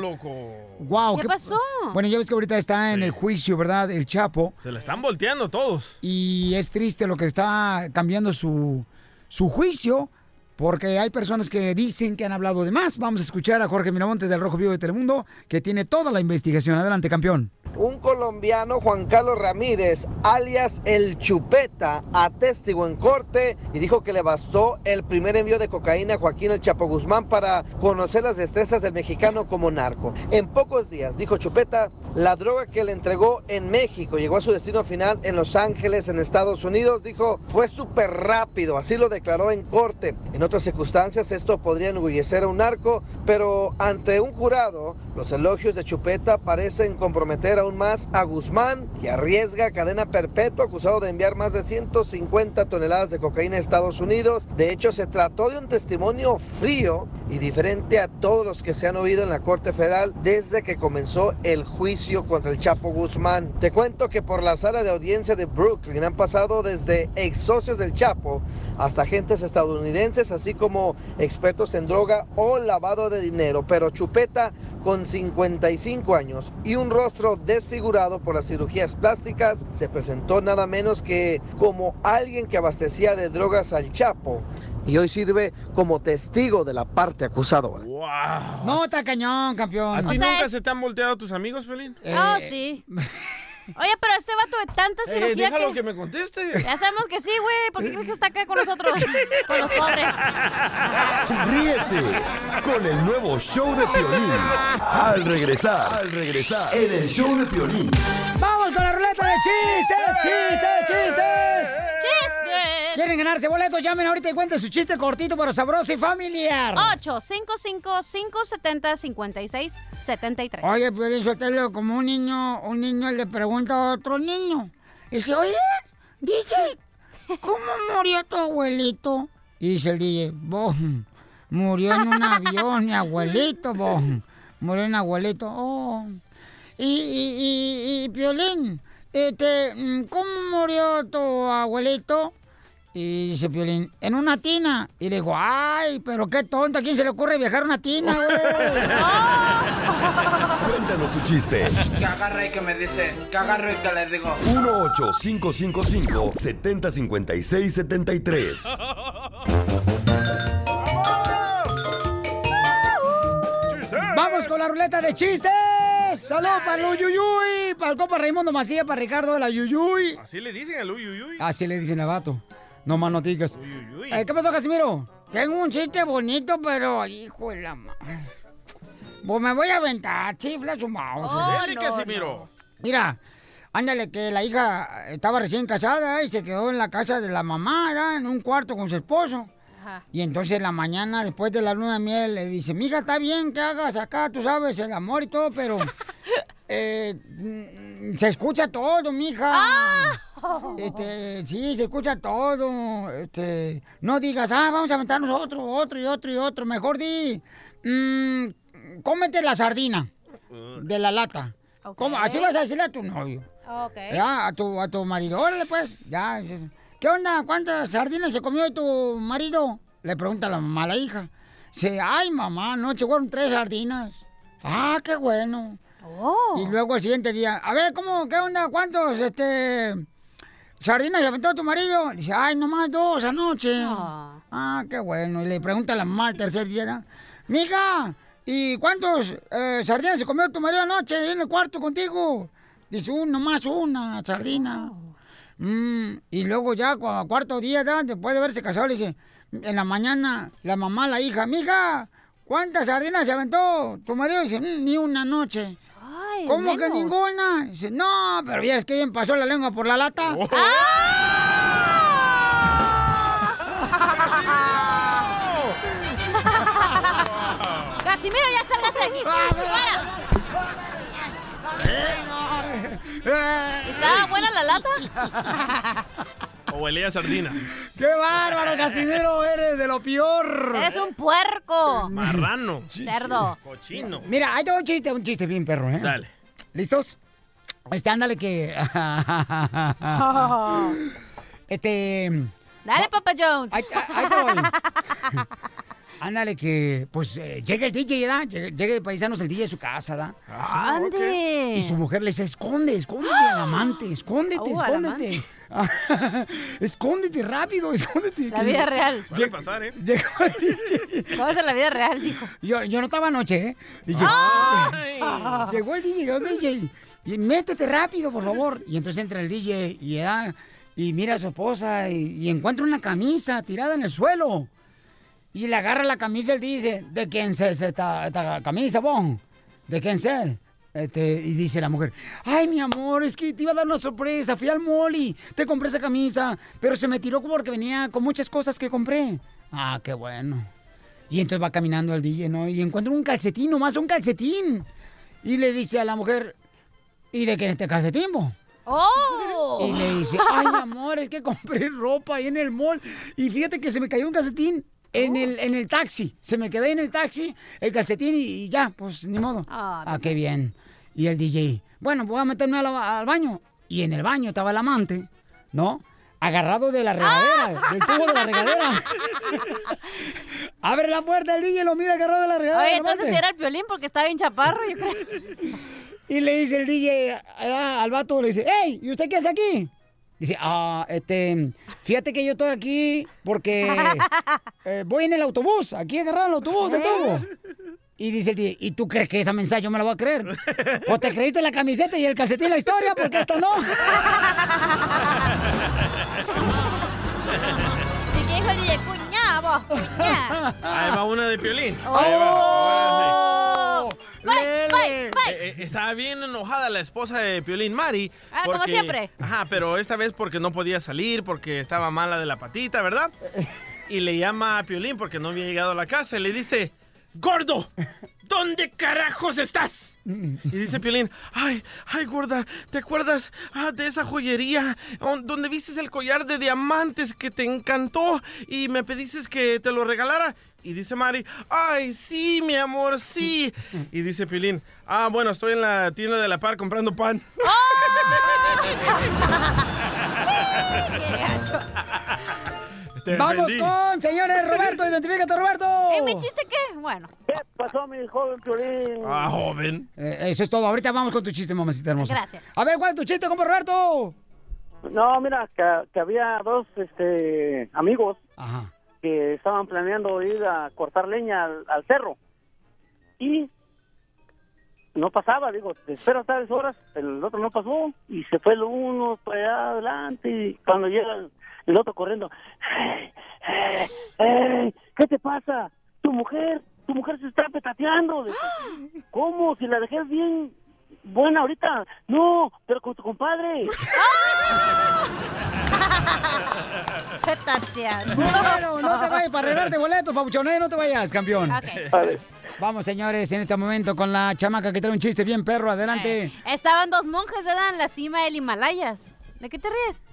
Speaker 2: Wow,
Speaker 4: ¿Qué pasó?
Speaker 2: Bueno, ya ves que ahorita está en el juicio, ¿verdad? El Chapo.
Speaker 3: Se la están volteando todos.
Speaker 2: Y es triste lo que está cambiando su, su juicio, porque hay personas que dicen que han hablado de más. Vamos a escuchar a Jorge Miramontes del Rojo Vivo de Telemundo, que tiene toda la investigación. Adelante, campeón.
Speaker 5: Un colombiano, Juan Carlos Ramírez, alias El Chupeta, atestiguó en corte y dijo que le bastó el primer envío de cocaína a Joaquín El Chapo Guzmán para conocer las destrezas del mexicano como narco. En pocos días, dijo Chupeta, la droga que le entregó en México llegó a su destino final en Los Ángeles, en Estados Unidos. Dijo, fue súper rápido, así lo declaró en corte. En otras circunstancias, esto podría engullecer a un narco, pero ante un jurado, los elogios de Chupeta parecen comprometer aún más a Guzmán, que arriesga cadena perpetua acusado de enviar más de 150 toneladas de cocaína a Estados Unidos. De hecho, se trató de un testimonio frío y diferente a todos los que se han oído en la Corte Federal desde que comenzó el juicio contra el Chapo Guzmán. Te cuento que por la sala de audiencia de Brooklyn han pasado desde ex socios del Chapo hasta agentes estadounidenses, así como expertos en droga o lavado de dinero. Pero Chupeta con 55 años y un rostro desfigurado por las cirugías plásticas, se presentó nada menos que como alguien que abastecía de drogas al Chapo y hoy sirve como testigo de la parte acusadora.
Speaker 2: No, está cañón, campeón.
Speaker 3: ¿A ti
Speaker 2: O sea,
Speaker 3: nunca
Speaker 2: es-
Speaker 3: se te han volteado tus amigos, Pelín?
Speaker 2: eh,
Speaker 4: Oh, sí. Oye, pero este vato de tanta
Speaker 3: Eh,
Speaker 4: cirugía
Speaker 3: déjalo que... me conteste.
Speaker 4: Ya sabemos que sí, güey. ¿Por qué crees que está acá con nosotros? con los pobres.
Speaker 6: Ríete con el nuevo show de Piolín. Al regresar, al regresar, en el show de Piolín.
Speaker 2: ¡Vamos con la ruleta de chistes! ¡Chistes, chistes! ¡Chistes! ¿Quieren ganarse boletos? Llamen ahorita y cuenten su chiste cortito, pero sabroso y familiar.
Speaker 4: 855-570-5673.
Speaker 2: Oye, Piolín Sotelo, como un niño, un niño le pregunta a otro niño. Dice, oye, DJ, ¿cómo murió tu abuelito? Y dice el DJ, vos, murió en un avión, mi abuelito, vos, murió en un abuelito. Oh. Y, y, y, y, Piolín, este, mm, ¿cómo murió tu abuelito? Y dice Piolín, en una tina. Y le digo, ay, pero qué tonto, ¿a quién se le ocurre viajar a una tina, güey?
Speaker 6: Cuéntanos tu chiste.
Speaker 13: Que agarre y que me dice, que agarre y te le digo.
Speaker 6: 1-855-7056-73.
Speaker 2: Vamos con la ruleta de chistes. Saludos para el Uyuyuy, para el compa Raimundo Macías, para Ricardo de la Yuyuy.
Speaker 3: Así le dicen al Uyuyuy.
Speaker 2: Así le dicen a vato. No más noticas. Eh, ¿Qué pasó, Casimiro? Tengo un chiste bonito, pero hijo de la madre. Pues me voy a aventar, chifla su mouse.
Speaker 3: Dele, Casimiro.
Speaker 2: Mira, ándale, que la hija estaba recién casada y se quedó en la casa de la mamá, ¿verdad? en un cuarto con su esposo. Y entonces en la mañana, después de la luna de miel, le dice, mija, está bien que hagas acá, tú sabes, el amor y todo, pero eh, mm, se escucha todo, mija. Este, sí, se escucha todo. Este, no digas, ah, vamos a aventarnos otro, otro y otro y otro. Mejor di, mm, cómete la sardina de la lata. ¿Cómo? Así vas a decirle a tu novio.
Speaker 4: Ok.
Speaker 2: Ya, a tu, a tu marido. Órale, pues. Ya. ¿Qué onda? ¿Cuántas sardinas se comió tu marido? Le pregunta la mamá a la hija. Dice, ay, mamá, anoche fueron tres sardinas. Ah, qué bueno. Y luego el siguiente día, a ver, ¿cómo? ¿Qué onda? ¿Cuántos, este... Sardinas se aventó tu marido? Dice, ay, nomás dos anoche. Ah, qué bueno. Y le pregunta a la mamá el tercer día, ¿no? Mija, ¿y cuántos eh, sardinas se comió tu marido anoche ahí en el cuarto contigo? Dice, uno más una sardina. Mm, y luego ya cu- a cuarto día, ¿da? después de haberse casado, le dice, en la mañana, la mamá, a la hija, mija, ¿cuántas sardinas se aventó tu marido? Dice, "Mm, ni una noche. ¿Cómo que
Speaker 4: menos.
Speaker 2: ninguna? Dice, no, pero ya es que bien pasó la lengua por la lata.
Speaker 3: Oh.
Speaker 2: ¡Ah!
Speaker 4: Casimiro, ya salgas de aquí. ¡Fuera! ¿Estaba buena la lata?
Speaker 3: O huele a sardina.
Speaker 2: ¡Qué bárbaro, Casimiro! ¡Eres de lo peor!
Speaker 4: Eres un puerco.
Speaker 3: Marrano.
Speaker 4: Oh. Cerdo.
Speaker 3: Cochino.
Speaker 2: Mira, ahí tengo un chiste, un chiste bien perro, ¿eh?
Speaker 3: Dale.
Speaker 2: ¿Listos? Este, ándale que...
Speaker 4: Oh.
Speaker 2: este...
Speaker 4: Dale, Papa Jones. Ahí,
Speaker 2: te voy. Ándale que... Pues eh, llega el DJ, ¿da? Llega, llega el paisano, el DJ de su casa, ¿da?
Speaker 4: ¡Ande! ok.
Speaker 2: Y su mujer le dice, esconde, escóndete al amante, escóndete,
Speaker 4: Uh, al
Speaker 2: escóndete. escóndete rápido, escóndete.
Speaker 4: La vida real.
Speaker 2: Suele
Speaker 3: pasar, ¿eh?
Speaker 2: Llegó el DJ.
Speaker 4: Todo es en la vida real, dijo.
Speaker 2: Yo, yo no estaba anoche, ¿eh? Y llegó- Llegó el DJ, llegó el DJ. Y métete rápido, por favor. Y entonces entra el DJ y, da- y mira a su esposa y, y encuentra una camisa tirada en el suelo. Y le agarra la camisa y él dice, ¿de quién es esta, esta camisa, vos? ¿De quién es? Este, y dice la mujer, ay mi amor, es que te iba a dar una sorpresa, fui al mall y te compré esa camisa, pero se me tiró porque venía con muchas cosas que compré. Ah, qué bueno. Y entonces va caminando al DJ, ¿no? Y encuentra un calcetín, nomás un calcetín. Y le dice a la mujer, ¿y de qué es este calcetín, vos?
Speaker 4: ¡Oh!
Speaker 2: Y le dice, ay, mi amor, es que compré ropa ahí en el mall. Y fíjate que se me cayó un calcetín en, el, en el taxi. Se me quedó ahí en el taxi el calcetín y, y ya, pues ni modo.
Speaker 4: Ah,
Speaker 2: ah, qué bien. Y el DJ, bueno, voy a meterme a la- al baño. Y en el baño estaba el amante, ¿no? agarrado de la regadera,
Speaker 4: Ah.
Speaker 2: del tubo de la regadera. Abre la puerta el DJ, lo mira agarrado de la regadera.
Speaker 4: Oye,
Speaker 2: nomás
Speaker 4: entonces
Speaker 2: de-
Speaker 4: era el piolín porque estaba bien chaparro, yo creo.
Speaker 2: Y le dice el DJ a- al vato, le dice, hey, ¿y usted qué hace aquí? Dice, ah, este, fíjate que yo estoy aquí porque eh, voy en el autobús, aquí agarrar el autobús de tubo. Y dice el DJ, ¿y tú crees que esa mensaje yo me la voy a creer? ¿O te creíste la camiseta y el calcetín la historia? Porque esta no.
Speaker 4: ¿Y qué dijo el DJ? Cuñá, vos, cuñá.
Speaker 3: Ahí va una de Piolín. Ahí Oh.
Speaker 2: va. Ahora sí.
Speaker 4: Oh. Bye, bye, bye.
Speaker 3: Eh, eh, estaba bien enojada la esposa de Piolín, Mari.
Speaker 4: Ah, como siempre.
Speaker 3: Ajá, pero esta vez porque no podía salir, porque estaba mala de la patita, ¿verdad? Y le llama a Piolín porque no había llegado a la casa y le dice, ¡Gordo! ¿Dónde carajos estás? Y dice Piolín, ay, ay, gorda, ¿te acuerdas ah, de esa joyería on- donde viste el collar de diamantes que te encantó y me pediste que te lo regalara? Y dice Mari, ay, sí, mi amor, sí. Y dice Piolín, ah, bueno, estoy en la tienda de la par comprando pan. Te
Speaker 2: Vamos
Speaker 3: ofendí.
Speaker 2: con, señores, Roberto, identifícate, Roberto.
Speaker 4: ¿Y mi chiste qué? Bueno.
Speaker 16: ¿Qué pasó, mi joven Piolín?
Speaker 3: Ah, joven.
Speaker 2: Eh, eso es todo. Ahorita vamos con tu chiste, mamacita hermosa.
Speaker 16: Gracias.
Speaker 2: A ver, ¿cuál es tu chiste, compa Roberto?
Speaker 16: No, mira, que, que había dos este, amigos
Speaker 2: Ajá.
Speaker 16: que estaban planeando ir a cortar leña al, al cerro. Y no pasaba, digo, te espero tales horas, el otro no pasó. Y se fue el uno para allá adelante y cuando llega el, el otro corriendo, "Ey, ¿qué te pasa? Tu mujer, tu mujer se está petateando. Le dije, ¿Cómo? Si la dejé bien buena ahorita. No, pero con tu compadre.
Speaker 4: ¡Oh! Petateando.
Speaker 2: Bueno, no te vayas para arreglarte boletos, papuchonés, no te vayas, campeón.
Speaker 4: Ok.
Speaker 2: Vamos, señores, en este momento con la chamaca que trae un chiste bien perro,
Speaker 4: Eh.
Speaker 2: adelante.
Speaker 4: Estaban dos monjes, ¿verdad? En la cima del Himalayas. ¿De qué te ríes?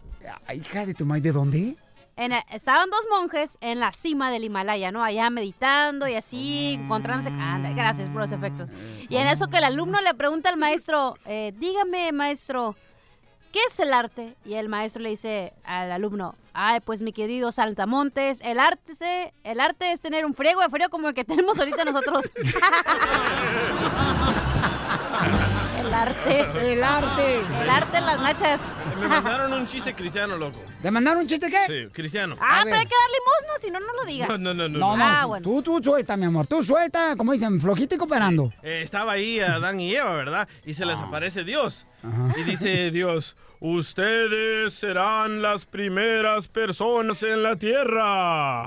Speaker 2: Ay, Hija de tu madre, ¿de dónde?
Speaker 4: En- estaban dos monjes en la cima del Himalaya, ¿no? Allá meditando y así,
Speaker 2: Mm.
Speaker 4: encontrándose. Anda, gracias por los efectos. Y en eso que el alumno le pregunta al maestro, eh, dígame, maestro, ¿qué es el arte? Y el maestro le dice al alumno, ay, pues mi querido Saltamontes, el arte, se- el arte es tener un friego de frío como el que tenemos ahorita nosotros. el arte.
Speaker 2: El arte.
Speaker 4: El arte en las nachas.
Speaker 3: Me mandaron un chiste cristiano, loco.
Speaker 2: ¿Te mandaron un chiste qué?
Speaker 3: Sí, cristiano.
Speaker 4: Ah, pero hay que dar limosna, si no, no lo digas.
Speaker 3: No, no, no, no,
Speaker 2: No, no,
Speaker 4: Ah, bueno.
Speaker 2: tú, tú suelta, mi amor, tú suelta, como dicen, flojita y cooperando.
Speaker 3: Eh, estaba ahí Adán y Eva, ¿verdad? Y se les aparece Dios. Y dice Dios, ustedes serán las primeras personas en la tierra.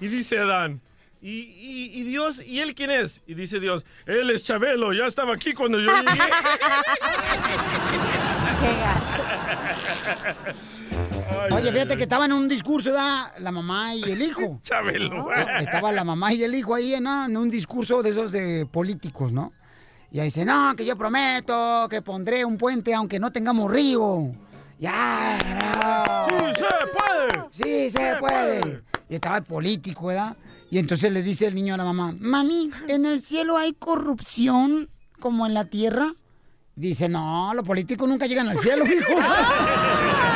Speaker 3: Y dice Adán, ¿Y, y, y Dios? ¿Y él quién es? Y dice Dios, él es Chabelo, ya estaba aquí cuando yo llegué.
Speaker 2: Oye, fíjate que estaban en un discurso, ¿verdad? La mamá y el hijo.
Speaker 3: Chabelo.
Speaker 2: Eh, Estaba la mamá y el hijo ahí en, ah, en un discurso de esos de políticos, ¿no? Y ahí dice, no, que yo prometo que pondré un puente aunque no tengamos río. Ya,
Speaker 3: ¡Sí se puede!
Speaker 2: Sí se
Speaker 3: Se
Speaker 2: puede.
Speaker 3: puede.
Speaker 2: Y estaba el político, ¿verdad? Y entonces le dice el niño a la mamá, mami, ¿en el cielo hay corrupción como en la tierra? Dice, no, los políticos nunca llegan al cielo, hijo.
Speaker 17: Ah.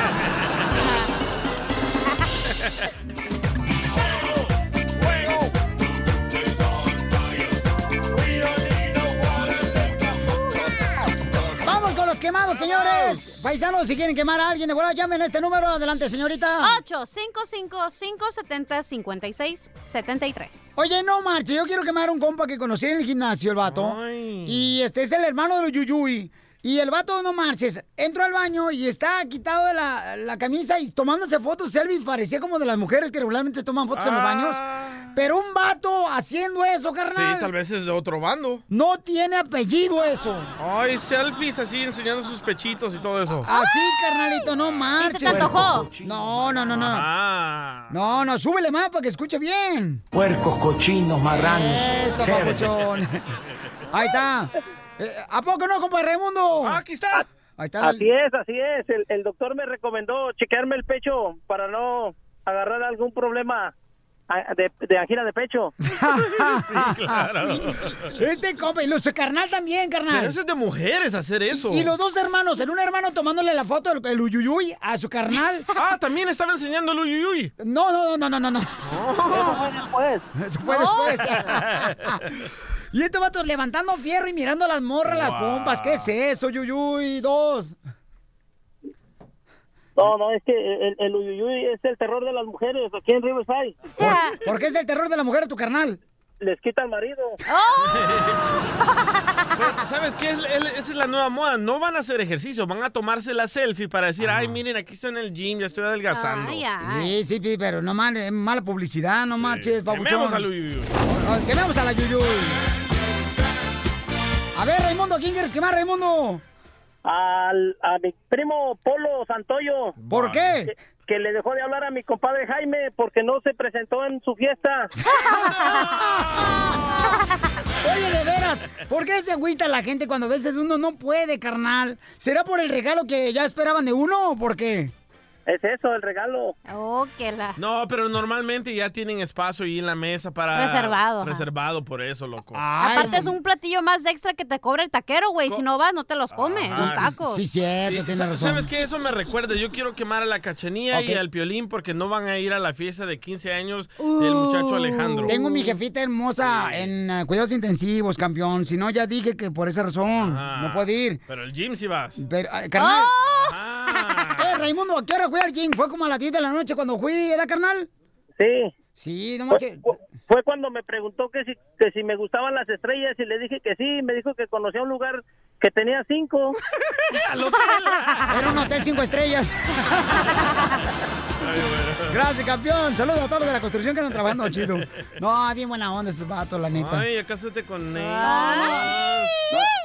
Speaker 2: Vamos con los quemados, señores. Paisanos, si quieren quemar a alguien de volada, llamen a este número. Adelante, señorita.
Speaker 4: 855-570-5673.
Speaker 2: Oye, no marche, yo quiero quemar a un compa que conocí en el gimnasio, el vato. Y este es el hermano de los Yuyuy. Y el vato, no marches, entró al baño y está quitado de la, la camisa y tomándose fotos, selfies, parecía como de las mujeres que regularmente toman fotos en los baños. Pero un vato haciendo eso,
Speaker 3: Ah. Sí,
Speaker 2: carnal.
Speaker 3: tal vez es de otro bando.
Speaker 2: No tiene apellido eso.
Speaker 3: Ay, selfies así enseñando sus pechitos y todo eso.
Speaker 2: Así, carnalito, no marches.
Speaker 3: te antojó? Ah.
Speaker 2: No, no, no, no. No, no, súbele más para que escuche bien.
Speaker 10: Puercos, cochinos, marranos.
Speaker 2: Eso,
Speaker 10: cerdos.
Speaker 2: papuchón. Ahí está. Eh, ¿A poco no, compa Raimundo?
Speaker 3: Ah,
Speaker 2: Ah,
Speaker 3: aquí está.
Speaker 2: Ahí está. la-
Speaker 16: Así es, así es. El, el doctor me recomendó chequearme el pecho para no agarrar algún problema
Speaker 18: a- de, de angina de pecho.
Speaker 2: Este compa, y su carnal también, carnal.
Speaker 3: Pero eso es de mujeres hacer eso.
Speaker 2: Y los dos hermanos, en un hermano tomándole la foto del el uyuyuy a su carnal.
Speaker 3: Ah, también estaba enseñando el uyuyuy. Oh.
Speaker 2: No, no, no, no, no, no. Eso
Speaker 18: fue
Speaker 2: después. Eso fue después. y este vato levantando fierro y mirando las morras, las
Speaker 18: Wow.
Speaker 2: pompas. ¿Qué es eso, uyuyuy? Dos.
Speaker 18: No, no, es que el, el uyuyuy es el terror de las mujeres aquí en Riverside.
Speaker 2: ¿Por qué es el terror de la mujer tu carnal?
Speaker 18: Les quita el marido.
Speaker 3: Pero, ¿Sabes qué? Es, es- esa es la nueva moda. No van a hacer ejercicio, van a tomarse la selfie para decir, ay, miren, aquí estoy en el gym, ya estoy adelgazando.
Speaker 2: Sí, sí, sí, pero no mal, eh, mala publicidad, no marches,
Speaker 3: Quememos
Speaker 2: babuchón.
Speaker 3: al uyuyuy.
Speaker 2: Ah, Quememos a la Yuyuy. A ver, Raimundo, ¿a quién quieres quemar, Raimundo?
Speaker 18: Al, a mi primo Polo Santoyo.
Speaker 2: ¿Por qué?
Speaker 18: Que, que le dejó de hablar a mi compadre Jaime porque no se presentó en su fiesta.
Speaker 2: Oye, de veras, ¿por qué se agüita la gente cuando a veces uno no puede, carnal? ¿Será por el regalo que ya esperaban de uno o por qué?
Speaker 18: Es eso, el regalo.
Speaker 4: Oh, que la...
Speaker 3: No, pero normalmente ya tienen espacio ahí en la mesa para...
Speaker 4: Reservado, ajá.
Speaker 3: Reservado por eso, loco.
Speaker 4: Aparte es un platillo más extra que te cobra el taquero, güey. Si no vas, no te los comes,
Speaker 3: Ajá.
Speaker 4: los tacos.
Speaker 2: Sí, cierto, tienes
Speaker 3: Sa-
Speaker 2: razón.
Speaker 3: ¿Sabes qué? Eso me recuerda. Yo quiero quemar a la cachanía y
Speaker 2: Ok.
Speaker 3: al piolín porque no van a ir a la fiesta de 15 años
Speaker 4: Uh.
Speaker 3: del muchacho Alejandro.
Speaker 2: Tengo mi jefita hermosa en eh, cuidados intensivos, campeón. Si no, ya dije que por esa razón
Speaker 3: Ah,
Speaker 2: no puedo ir.
Speaker 3: Pero el gym sí vas.
Speaker 2: Pero, ah, carnal.
Speaker 3: Ah.
Speaker 2: Eh, Raimundo, ¿a qué hora fue al gym? Fue como a las 10 de la noche cuando fui, ¿era carnal?
Speaker 18: Sí.
Speaker 2: Sí, no manches.
Speaker 18: Fue cuando me preguntó que si, que si me gustaban las estrellas y le dije que sí. Me dijo que conocía un lugar que tenía cinco.
Speaker 2: Era un hotel cinco estrellas. Gracias, campeón. Saludos a todos los de la construcción que están trabajando, chido. No, bien buena onda esos vatos, la neta.
Speaker 3: Ay, acásate con él.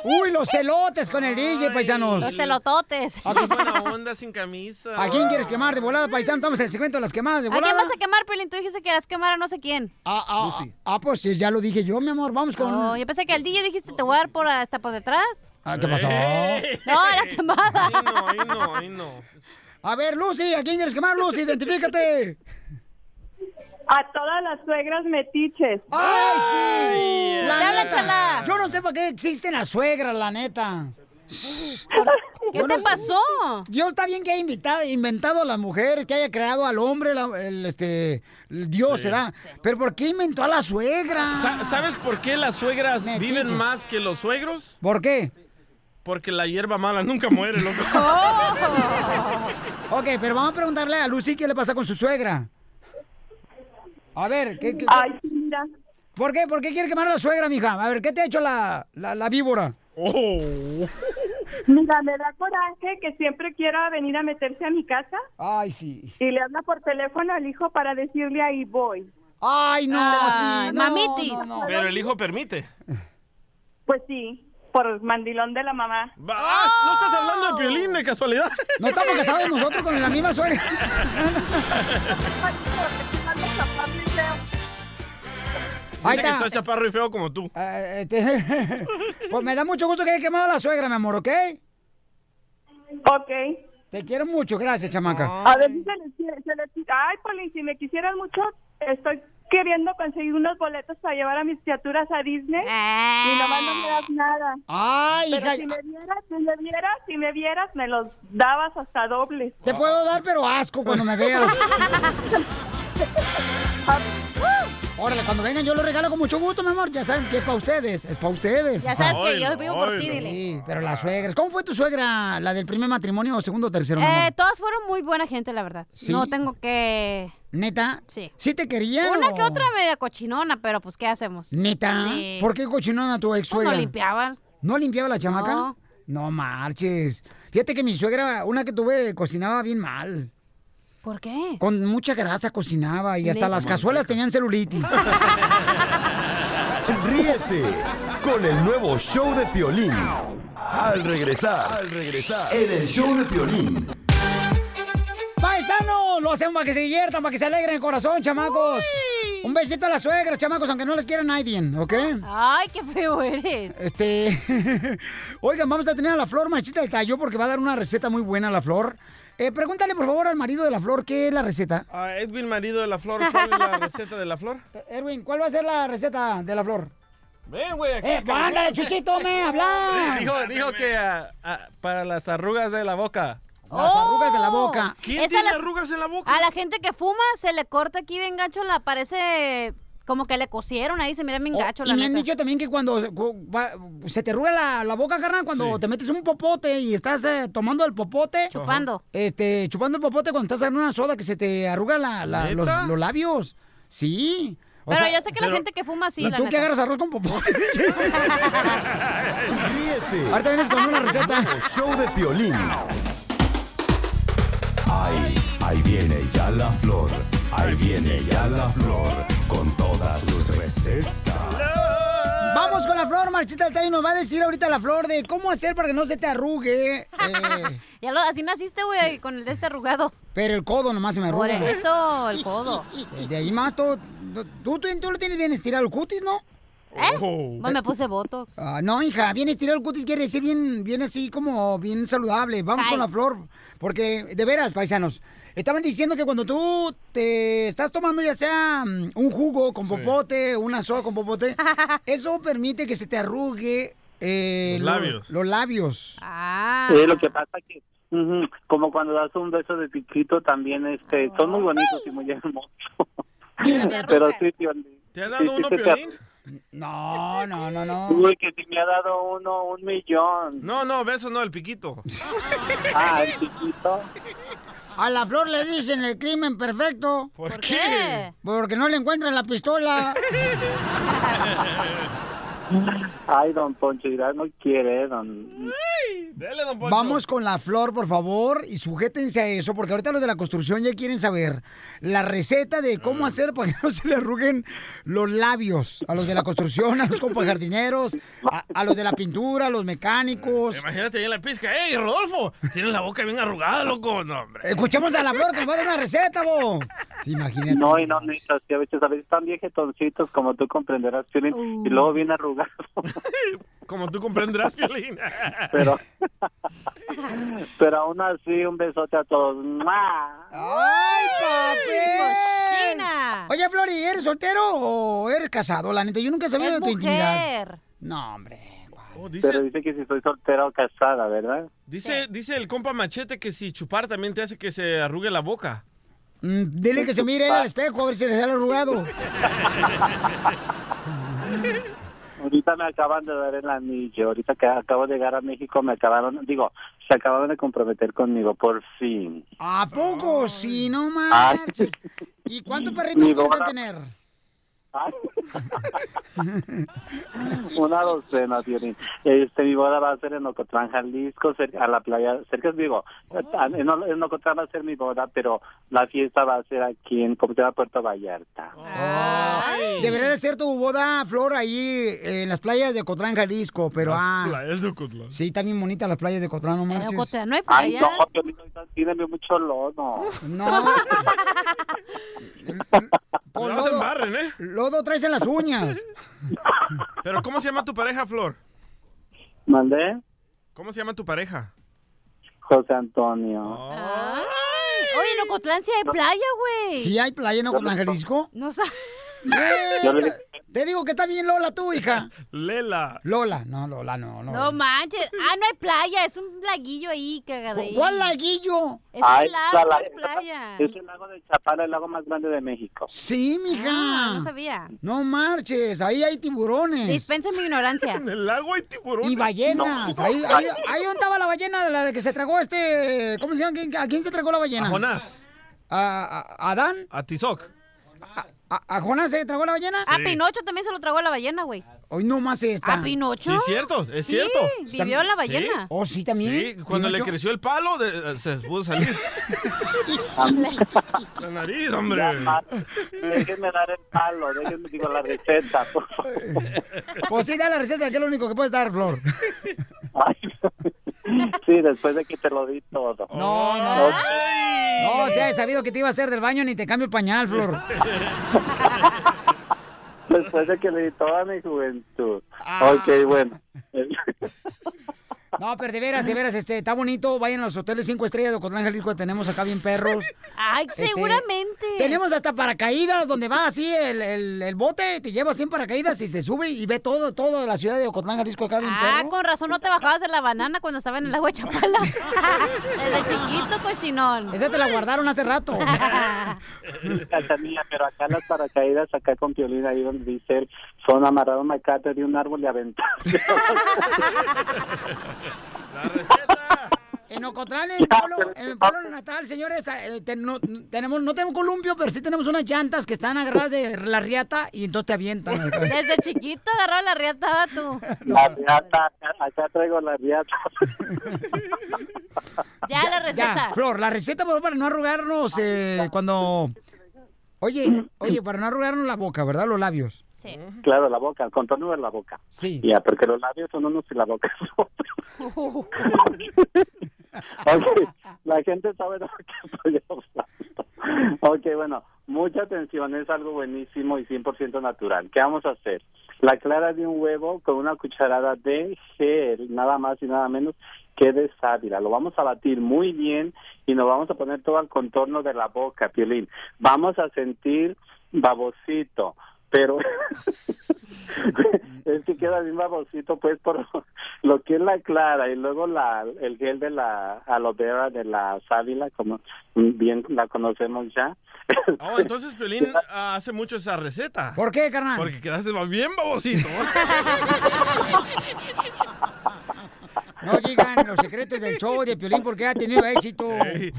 Speaker 2: Uy, los celotes con el DJ, paisanos.
Speaker 3: Los
Speaker 4: celototes.
Speaker 2: ¿A,
Speaker 3: Ah, Qué buena onda sin camisa.
Speaker 2: a quién quieres quemar de volada, paisano? Estamos en el segmento de las quemadas de
Speaker 4: ¿A quién
Speaker 2: volada.
Speaker 4: vas a quemar, Pelín? Tú dijiste que querías quemar a no sé quién.
Speaker 2: Ah, ah, ah, pues ya lo dije yo, mi amor. Vamos con.
Speaker 4: Oh, yo pensé que al DJ dijiste te voy a dar por hasta por detrás.
Speaker 2: Ah, ¿Qué pasó?
Speaker 4: No, era quemada.
Speaker 2: A ver, Lucy, ¿a quién quieres quemar, Lucy? Identifícate.
Speaker 17: A todas las suegras metiches.
Speaker 2: ¡Ay, sí!
Speaker 17: Ay,
Speaker 2: La
Speaker 17: ay, ay.
Speaker 2: neta. Yo no sé por qué existen las suegras, la neta.
Speaker 4: ¿Qué te pasó?
Speaker 2: Dios está bien que haya invitado, inventado a las mujeres, que haya creado al hombre, la- el, este, el Dios, se da. Pero ¿por qué inventó a la suegra?
Speaker 3: Sa- ¿Sabes por qué las suegras viven más que los suegros?
Speaker 2: ¿Por qué?
Speaker 3: Porque la hierba mala nunca muere, loco.
Speaker 2: Ok, pero vamos a preguntarle a Lucy qué le pasa con su suegra. A ver, ¿qué, qué- ¿Por qué? ¿Por qué quiere quemar a la suegra, mija? A ver, ¿qué te ha hecho la, la, la víbora?
Speaker 17: Oh. Mira, me da coraje que siempre quiera venir a meterse a mi casa.
Speaker 2: Ay, sí.
Speaker 17: Y le habla por teléfono al hijo para decirle ahí voy.
Speaker 2: Ay,
Speaker 17: no,
Speaker 4: Ah, sí, no, mamitis. no,
Speaker 2: Oh.
Speaker 4: no.
Speaker 3: Pero el hijo permite.
Speaker 17: Pues sí, por mandilón de la mamá.
Speaker 3: Ah, ¿No estás hablando de Piolín de casualidad?
Speaker 2: No estamos casados nosotros con la misma suegra. Ahí
Speaker 3: Dice que
Speaker 2: está.
Speaker 3: está chaparro y feo como tú.
Speaker 2: Eh, este, pues me da mucho gusto que haya quemado a la suegra, mi amor, ¿ok?
Speaker 17: Ok.
Speaker 2: Te quiero mucho, gracias,
Speaker 3: Ah.
Speaker 2: chamaca.
Speaker 17: A ver, si se le, se le- ay, Poli, si me quisieran mucho, estoy queriendo conseguir unos boletos para llevar a mis criaturas a Disney.
Speaker 4: Ah.
Speaker 17: Y nomás no me das nada.
Speaker 2: Ay,
Speaker 17: Pero
Speaker 2: hija.
Speaker 17: si me vieras, si me vieras, si me vieras, me los dabas hasta dobles.
Speaker 2: Te puedo dar, pero asco cuando me veas. Órale, cuando vengan yo los regalo con mucho gusto, mi amor. Ya saben que es para ustedes, es para ustedes.
Speaker 4: Ya sabes que yo vivo por ti, dile.
Speaker 2: Sí, pero la suegra. ¿Cómo fue tu suegra? ¿La del primer matrimonio o segundo o tercero, mi amor?
Speaker 4: Eh, todas fueron muy buena gente, la verdad.
Speaker 2: ¿Sí?
Speaker 4: No tengo que...
Speaker 2: ¿Neta?
Speaker 4: Sí.
Speaker 2: ¿Sí te querían
Speaker 4: Una
Speaker 2: o-
Speaker 4: que otra media cochinona, pero pues, ¿qué hacemos?
Speaker 2: ¿Neta?
Speaker 4: Sí.
Speaker 2: ¿Por qué cochinona tu ex
Speaker 4: Pues
Speaker 2: suegra?
Speaker 4: no limpiaban.
Speaker 2: ¿No limpiaba la chamaca? No.
Speaker 4: No.
Speaker 2: marches. Fíjate que mi suegra, una que tuve, cocinaba bien mal.
Speaker 4: ¿Por qué?
Speaker 2: Con mucha grasa cocinaba y hasta
Speaker 4: Neta.
Speaker 2: las cazuelas tenían celulitis.
Speaker 6: Ríete con el nuevo show de Piolín. Al regresar, al regresar, en el show de Piolín.
Speaker 2: ¡Paisanos! Lo hacemos para que se diviertan, para que se alegren el corazón, chamacos. Un besito a la suegra, chamacos, aunque no les quiera nadie, ¿ok?
Speaker 4: Ay, qué feo eres.
Speaker 2: Este. Oigan, vamos a tener a la flor machita del tallo porque va a dar una receta muy buena a la flor. Eh, pregúntale, por favor, al marido de la flor qué es la receta.
Speaker 3: Ah, Edwin, marido de la flor, ¿cuál es la receta de la flor?
Speaker 2: Erwin, ¿cuál va a ser la receta de la flor?
Speaker 3: Ven, güey. aquí,
Speaker 2: ¡Eh,
Speaker 3: cabrón.
Speaker 2: mándale, chuchito, me habla!
Speaker 3: Dijo, dijo que ah, ah, para las arrugas de la boca.
Speaker 2: Las arrugas de la boca.
Speaker 3: ¿Quién
Speaker 4: ¡Oh! Esa
Speaker 3: tiene
Speaker 4: las-
Speaker 3: arrugas en la boca?
Speaker 4: A la gente que fuma se le corta aquí bien gacho, la parece como que le cosieron ahí, se mira bien gacho.
Speaker 2: Oh, y me han dicho también que cuando cu- va- se te arruga la, la boca, carnal, cuando te metes un popote y estás eh, tomando el popote.
Speaker 4: Chupando.
Speaker 2: Este, chupando el popote cuando estás en una soda que se te arruga la- la- los,
Speaker 4: ¿Neta?
Speaker 2: los labios. Sí. O
Speaker 4: Pero
Speaker 2: sea,
Speaker 4: yo sé que la gente que fuma sí,
Speaker 2: ¿Y
Speaker 4: la
Speaker 2: tú que
Speaker 4: neta.
Speaker 2: agarras arroz con popote?
Speaker 6: Ríete.
Speaker 2: Ahorita vienes con una receta.
Speaker 6: El show de Piolín. Ahí, ahí viene ya la flor. Ahí viene ya la flor. Con todas sus recetas.
Speaker 2: Vamos con la flor, Marchita Altay. Nos va a decir ahorita la flor de cómo hacer para que no se te arrugue. eh,
Speaker 4: Ya lo, así naciste, güey, con el de este arrugado.
Speaker 2: pero el codo nomás se me
Speaker 4: Por
Speaker 2: arruga.
Speaker 4: eso, el codo.
Speaker 2: De ahí mato. Tú, tú, tú lo tienes bien estirado el cutis, ¿no?
Speaker 3: Oh.
Speaker 4: ¿Eh? Pues me puse botox.
Speaker 2: Ah, no, hija, bien estirado el cutis quiere decir bien, bien así como bien saludable. Vamos con la flor, porque de veras, paisanos, estaban diciendo que cuando tú te estás tomando ya sea mm, un jugo con popote, una soda con popote, eso permite que se te arrugue eh,
Speaker 12: Los labios.
Speaker 2: los labios.
Speaker 4: Ah.
Speaker 12: Sí, Eh, lo que pasa que ujú, como cuando das un beso de piquito también este son muy bonitos y muy hermosos. Pero sí, Piolín.
Speaker 3: ¿Te ha
Speaker 12: Sí,
Speaker 3: dado
Speaker 12: sí
Speaker 3: uno,
Speaker 12: se te-
Speaker 3: Piolín?
Speaker 2: No, no, no, no.
Speaker 12: Uy, que sí me ha dado uno un millón.
Speaker 3: No, no, beso no, el piquito.
Speaker 12: Ah, el piquito.
Speaker 2: A la flor le dicen el crimen perfecto.
Speaker 3: ¿Por qué?
Speaker 2: Porque no le encuentran la pistola.
Speaker 12: Ay, don Poncho, ya no quiere, don...
Speaker 2: Vamos con la flor, por favor, y sujétense a eso, porque ahorita los de la construcción ya quieren saber la receta de
Speaker 4: Mm.
Speaker 2: cómo hacer para que no se le arruguen los labios a los de la construcción, a los compajardineros, a, a los de la pintura, a los mecánicos.
Speaker 3: Imagínate ahí en la pizca. ¡Ey, Rodolfo! Tienes la boca bien arrugada, loco. No, hombre.
Speaker 2: Escuchemos a la flor que nos va a dar una receta, bo. Imagínate.
Speaker 12: No, y no, no, y a veces, a veces están viejetoncitos, como tú comprenderás, Piolín, y luego bien arrugados,
Speaker 3: Como tú comprenderás, Piolín.
Speaker 12: pero... pero aún así, un besote a todos. ¡Mua!
Speaker 2: ¡Ay, papel!
Speaker 4: ¡Cochina!
Speaker 2: Oye, Flori, ¿eres soltero o eres casado? La neta, yo nunca he sabido
Speaker 4: Es
Speaker 2: de tu intimidad.
Speaker 4: mujer.
Speaker 2: No, hombre.
Speaker 3: Oh,
Speaker 12: Pero dice que si soy soltera o casada, ¿verdad?
Speaker 3: Dice, dice el compa Machete que si chupar también te hace que se arrugue la boca.
Speaker 2: Mm, dile que se mire al espejo a ver si le sale arrugado.
Speaker 12: Ahorita me acaban de dar el anillo. Ahorita que acabo de llegar a México, me acabaron, digo, se acabaron de comprometer conmigo, por fin.
Speaker 2: ¿A poco? Ah, Sí, no
Speaker 12: Ay.
Speaker 2: marches. ¿Y cuántos perritos
Speaker 12: Ni
Speaker 2: vas a
Speaker 12: dólar.
Speaker 2: tener?
Speaker 12: Una docena, Piolín. Este, mi boda va a ser en Ocotlán, Jalisco, cer- a la playa, cerca, digo, a- en, Ol- en Ocotlán va a ser mi boda, pero la fiesta va a ser aquí en Como se llama, Puerto Vallarta.
Speaker 2: Debería de ser tu boda, Flor, ahí eh, en las playas de Cotlán, Jalisco, pero ah.
Speaker 3: playas de Cotlán.
Speaker 2: Sí, también bonitas las playas de Cotlán, no marches.
Speaker 4: no hay
Speaker 12: Ay, no, Piolín, ahorita tírame mucho lodo.
Speaker 2: No.
Speaker 3: No
Speaker 2: Pon Oh,
Speaker 3: se
Speaker 2: lodo.
Speaker 3: embarren, ¿eh?
Speaker 2: Lodo traes en las uñas.
Speaker 3: Pero ¿cómo se llama tu pareja, Flor?
Speaker 12: ¿Mandé?
Speaker 3: ¿Cómo se llama tu pareja?
Speaker 12: José Antonio.
Speaker 4: Ay. Oye, en Ocotlán sí hay playa, güey.
Speaker 2: ¿Sí hay playa en Ocotlán, Jalisco?
Speaker 4: No sabes.
Speaker 2: Eh, Te digo que está bien Lola tú, hija.
Speaker 3: Lela.
Speaker 2: Lola, no, Lola, no, no.
Speaker 4: No manches. Ah, no hay playa, es un laguillo ahí, cagadero.
Speaker 2: ¿Cuál laguillo?
Speaker 4: Es
Speaker 12: Ay,
Speaker 4: un lago, no
Speaker 12: la-
Speaker 4: es playa.
Speaker 12: Es el lago de Chapala, el lago más grande de México.
Speaker 2: Sí, mija.
Speaker 4: Ah, no sabía.
Speaker 2: No marches, ahí hay tiburones.
Speaker 4: Dispensa mi ignorancia. En
Speaker 3: el lago hay tiburones.
Speaker 2: Y ballenas.
Speaker 4: No.
Speaker 2: Ahí, ahí, ahí donde estaba la ballena, la de que se tragó este. ¿Cómo se llama? ¿Quién- ¿A quién se tragó la ballena?
Speaker 3: A Jonás.
Speaker 2: ¿A, a- a Adán?
Speaker 3: A Tizoc.
Speaker 2: ¿A, a Jonás se tragó la ballena?
Speaker 4: A Ah, Pinocho también se lo tragó la ballena, güey.
Speaker 2: Hoy no más esta.
Speaker 4: ¿A Pinocho?
Speaker 3: Sí, es cierto, es
Speaker 4: Sí,
Speaker 3: cierto.
Speaker 4: vivió la ballena.
Speaker 2: Oh, sí, también.
Speaker 3: Sí, cuando le
Speaker 2: ¿Pinocho?
Speaker 3: creció el palo, de- se pudo salir. la nariz, hombre.
Speaker 12: Ya, ma- Déjenme dar el palo, déjenme, digo, la receta, por favor.
Speaker 2: Pues sí, da la receta, que es lo único que puedes dar, Flor.
Speaker 12: Sí, después de que te lo di todo.
Speaker 2: No, no. No, o sea, he sabido que te iba a hacer del baño ni te cambio el pañal, Flor. Ah.
Speaker 12: Después de que le di toda mi juventud. Ok, bueno.
Speaker 2: No, pero de veras, de veras, este, está bonito. Vayan a los hoteles 5 estrellas de Ocotlán, Jalisco. Tenemos acá bien perros.
Speaker 4: Ay,
Speaker 2: Este,
Speaker 4: seguramente.
Speaker 2: Tenemos hasta paracaídas donde va así el, el- el bote, te lleva 100 paracaídas y se sube y ve todo, todo la ciudad de Ocotlán, Jalisco acá bien
Speaker 4: Ah,
Speaker 2: perro.
Speaker 4: con razón no te bajabas de la banana cuando estaba en el agua de Chapala. Desde chiquito, cochinón.
Speaker 2: Esa te la guardaron hace rato.
Speaker 12: Cachanilla, pero acá las paracaídas, acá con Piolín, ahí donde dice él, son amarrados a cata de un árbol y aventados.
Speaker 2: En Ocotlán, en el pueblo, en el pueblo natal, señores, eh, te- no, no tenemos, no tenemos columpio, pero sí tenemos unas llantas que están agarradas de la riata y entonces te avientan.
Speaker 4: Desde chiquito agarraba la riata, tú.
Speaker 12: La riata, acá, acá traigo la riata.
Speaker 4: Ya, la receta.
Speaker 2: Ya, Flor, la receta por favor, para no arrugarnos eh, cuando... Oye, oye, para no arrugarnos la boca, ¿verdad? Los labios.
Speaker 4: Sí.
Speaker 12: Claro, la boca, el contorno de la boca.
Speaker 2: Sí.
Speaker 12: Ya, porque los labios son unos y la boca es otra. Ok, la gente sabe de lo que estoy hablando. Ok, bueno, mucha atención, es algo buenísimo y 100% natural. ¿Qué vamos a hacer? La clara de un huevo con una cucharada de gel, nada más y nada menos que de sábila. Lo vamos a batir muy bien y nos vamos a poner todo al contorno de la boca, Piolín. Vamos a sentir babosito, pero es que queda bien babosito, pues, por lo que es la clara y luego la el gel de la aloe vera de la sábila, como bien la conocemos ya.
Speaker 3: Oh, entonces Piolín ah, hace mucho esa receta.
Speaker 2: ¿Por qué, carnal?
Speaker 3: Porque quedaste bien babosito.
Speaker 2: No llegan los secretos del show de Piolín porque ha tenido éxito.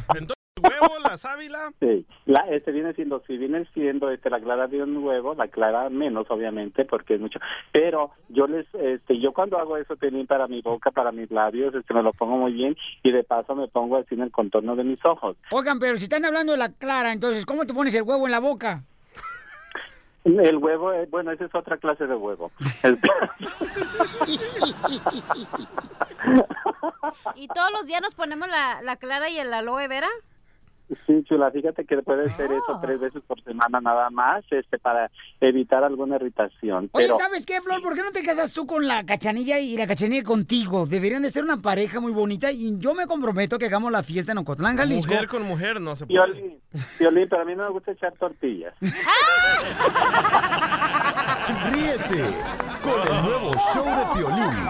Speaker 3: entonces, huevo, la sábila.
Speaker 12: Sí, la, este viene siendo, si viene siendo este, la clara de un huevo, la clara menos, obviamente, porque es mucho. Pero yo les, este, yo cuando hago eso también para mi boca, para mis labios, este, me lo pongo muy bien y de paso me pongo así en el contorno de mis ojos.
Speaker 2: Oigan, pero si están hablando de la clara, entonces, ¿cómo te pones el huevo en la boca?
Speaker 12: El huevo, eh, bueno, esa es otra clase de huevo. El-
Speaker 4: ¿Y todos los días nos ponemos la, la clara y el aloe vera?
Speaker 12: Sí, chula, fíjate que puede ser eso tres veces por semana nada más, este, para evitar alguna irritación.
Speaker 2: Oye,
Speaker 12: Pero
Speaker 2: ¿sabes qué, Flor? ¿Por qué no te casas tú con la cachanilla y la cachanilla contigo? Deberían de ser una pareja muy bonita y yo me comprometo que hagamos la fiesta en Ocotlán, Jalisco.
Speaker 3: Mujer con mujer no se puede.
Speaker 12: Piolín, Piolín, pero a mí no me gusta echar tortillas.
Speaker 6: Ríete con el nuevo show de Piolín.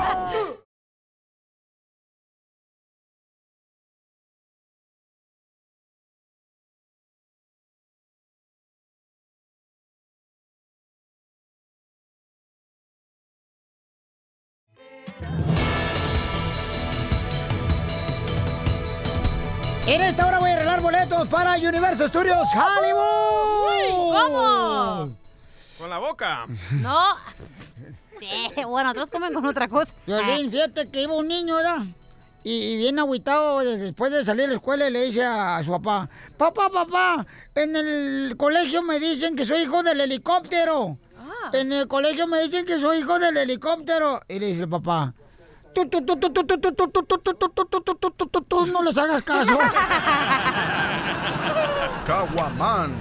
Speaker 2: En esta hora voy a arreglar boletos para Universo Studios Hollywood.
Speaker 4: ¿Cómo?
Speaker 3: Con la boca.
Speaker 4: No. Sí, bueno, otros comen con otra cosa.
Speaker 2: Violín, fíjate que iba un niño, ¿verdad? Y, y bien agüitado, de- después de salir de la escuela, le dice a, a su papá, papá, papá, en el colegio me dicen que soy hijo del helicóptero. En el colegio me dicen que soy hijo del helicóptero. Y le dice el papá, tú, tú, tú, tú, tú, tú, tú, tú, tú, tú, tú, tú, tú, tú, tú, tú, tú, tú, tú, no les hagas caso.
Speaker 6: Caguaman.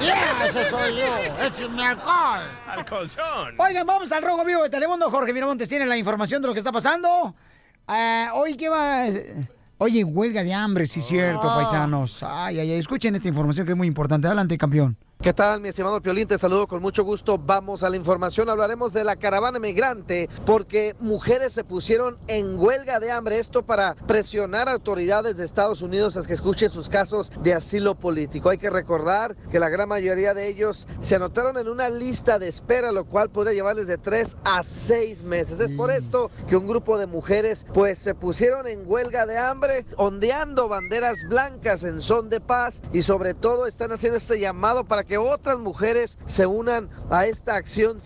Speaker 2: Yeah, ese soy yo, ese es mi alcohol.
Speaker 3: Al colchón.
Speaker 2: Oigan, vamos al rojo vivo de Telemundo. Jorge Miramontes tiene la información de lo que está pasando. Eh, hoy qué va... Oye, huelga de hambre, sí, cierto, paisanos. Ay, ay, ay, escuchen esta información que es muy importante. Adelante, campeón.
Speaker 5: ¿Qué tal, mi estimado Piolín? Te saludo con mucho gusto. Vamos a la información. Hablaremos de la caravana migrante porque mujeres se pusieron en huelga de hambre. Esto para presionar a autoridades de Estados Unidos a que escuchen sus casos de asilo político. Hay que recordar que la gran mayoría de ellos se anotaron en una lista de espera, lo cual podría llevarles de tres a seis meses. Es por esto que un grupo de mujeres pues se pusieron en huelga de hambre, ondeando banderas blancas en son de paz y sobre todo están haciendo este llamado para que otras mujeres se unan a esta acción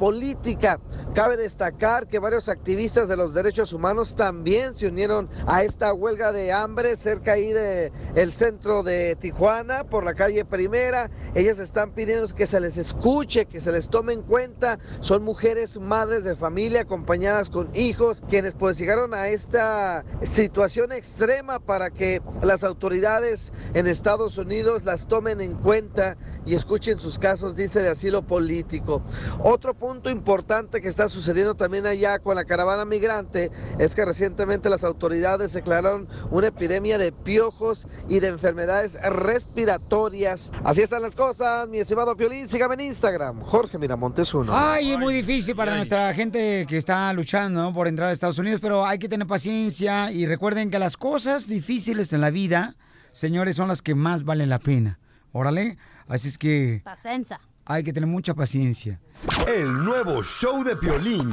Speaker 5: cívico-política. Cabe destacar que varios activistas de los derechos humanos también se unieron a esta huelga de hambre cerca ahí de el centro de Tijuana por la calle Primera. Ellas están pidiendo que se les escuche, que se les tome en cuenta. Son mujeres madres de familia acompañadas con hijos quienes pues llegaron a esta situación extrema para que las autoridades en Estados Unidos las tomen en cuenta y escuchen sus casos, dice, de asilo político. Otro punto importante que está está sucediendo también allá con la caravana migrante es que recientemente las autoridades declararon una epidemia de piojos y de enfermedades respiratorias. Así están las cosas, mi estimado Piolín, sígame en Instagram, Jorge Miramontes uno.
Speaker 2: Ay, es muy difícil para nuestra gente que está luchando ¿no? por entrar a Estados Unidos, pero hay que tener paciencia y recuerden que las cosas difíciles en la vida, señores, son las que más valen la pena. Órale, así es que
Speaker 4: Ah, Pasenza.
Speaker 2: hay que tener mucha paciencia.
Speaker 6: El nuevo show de Piolín.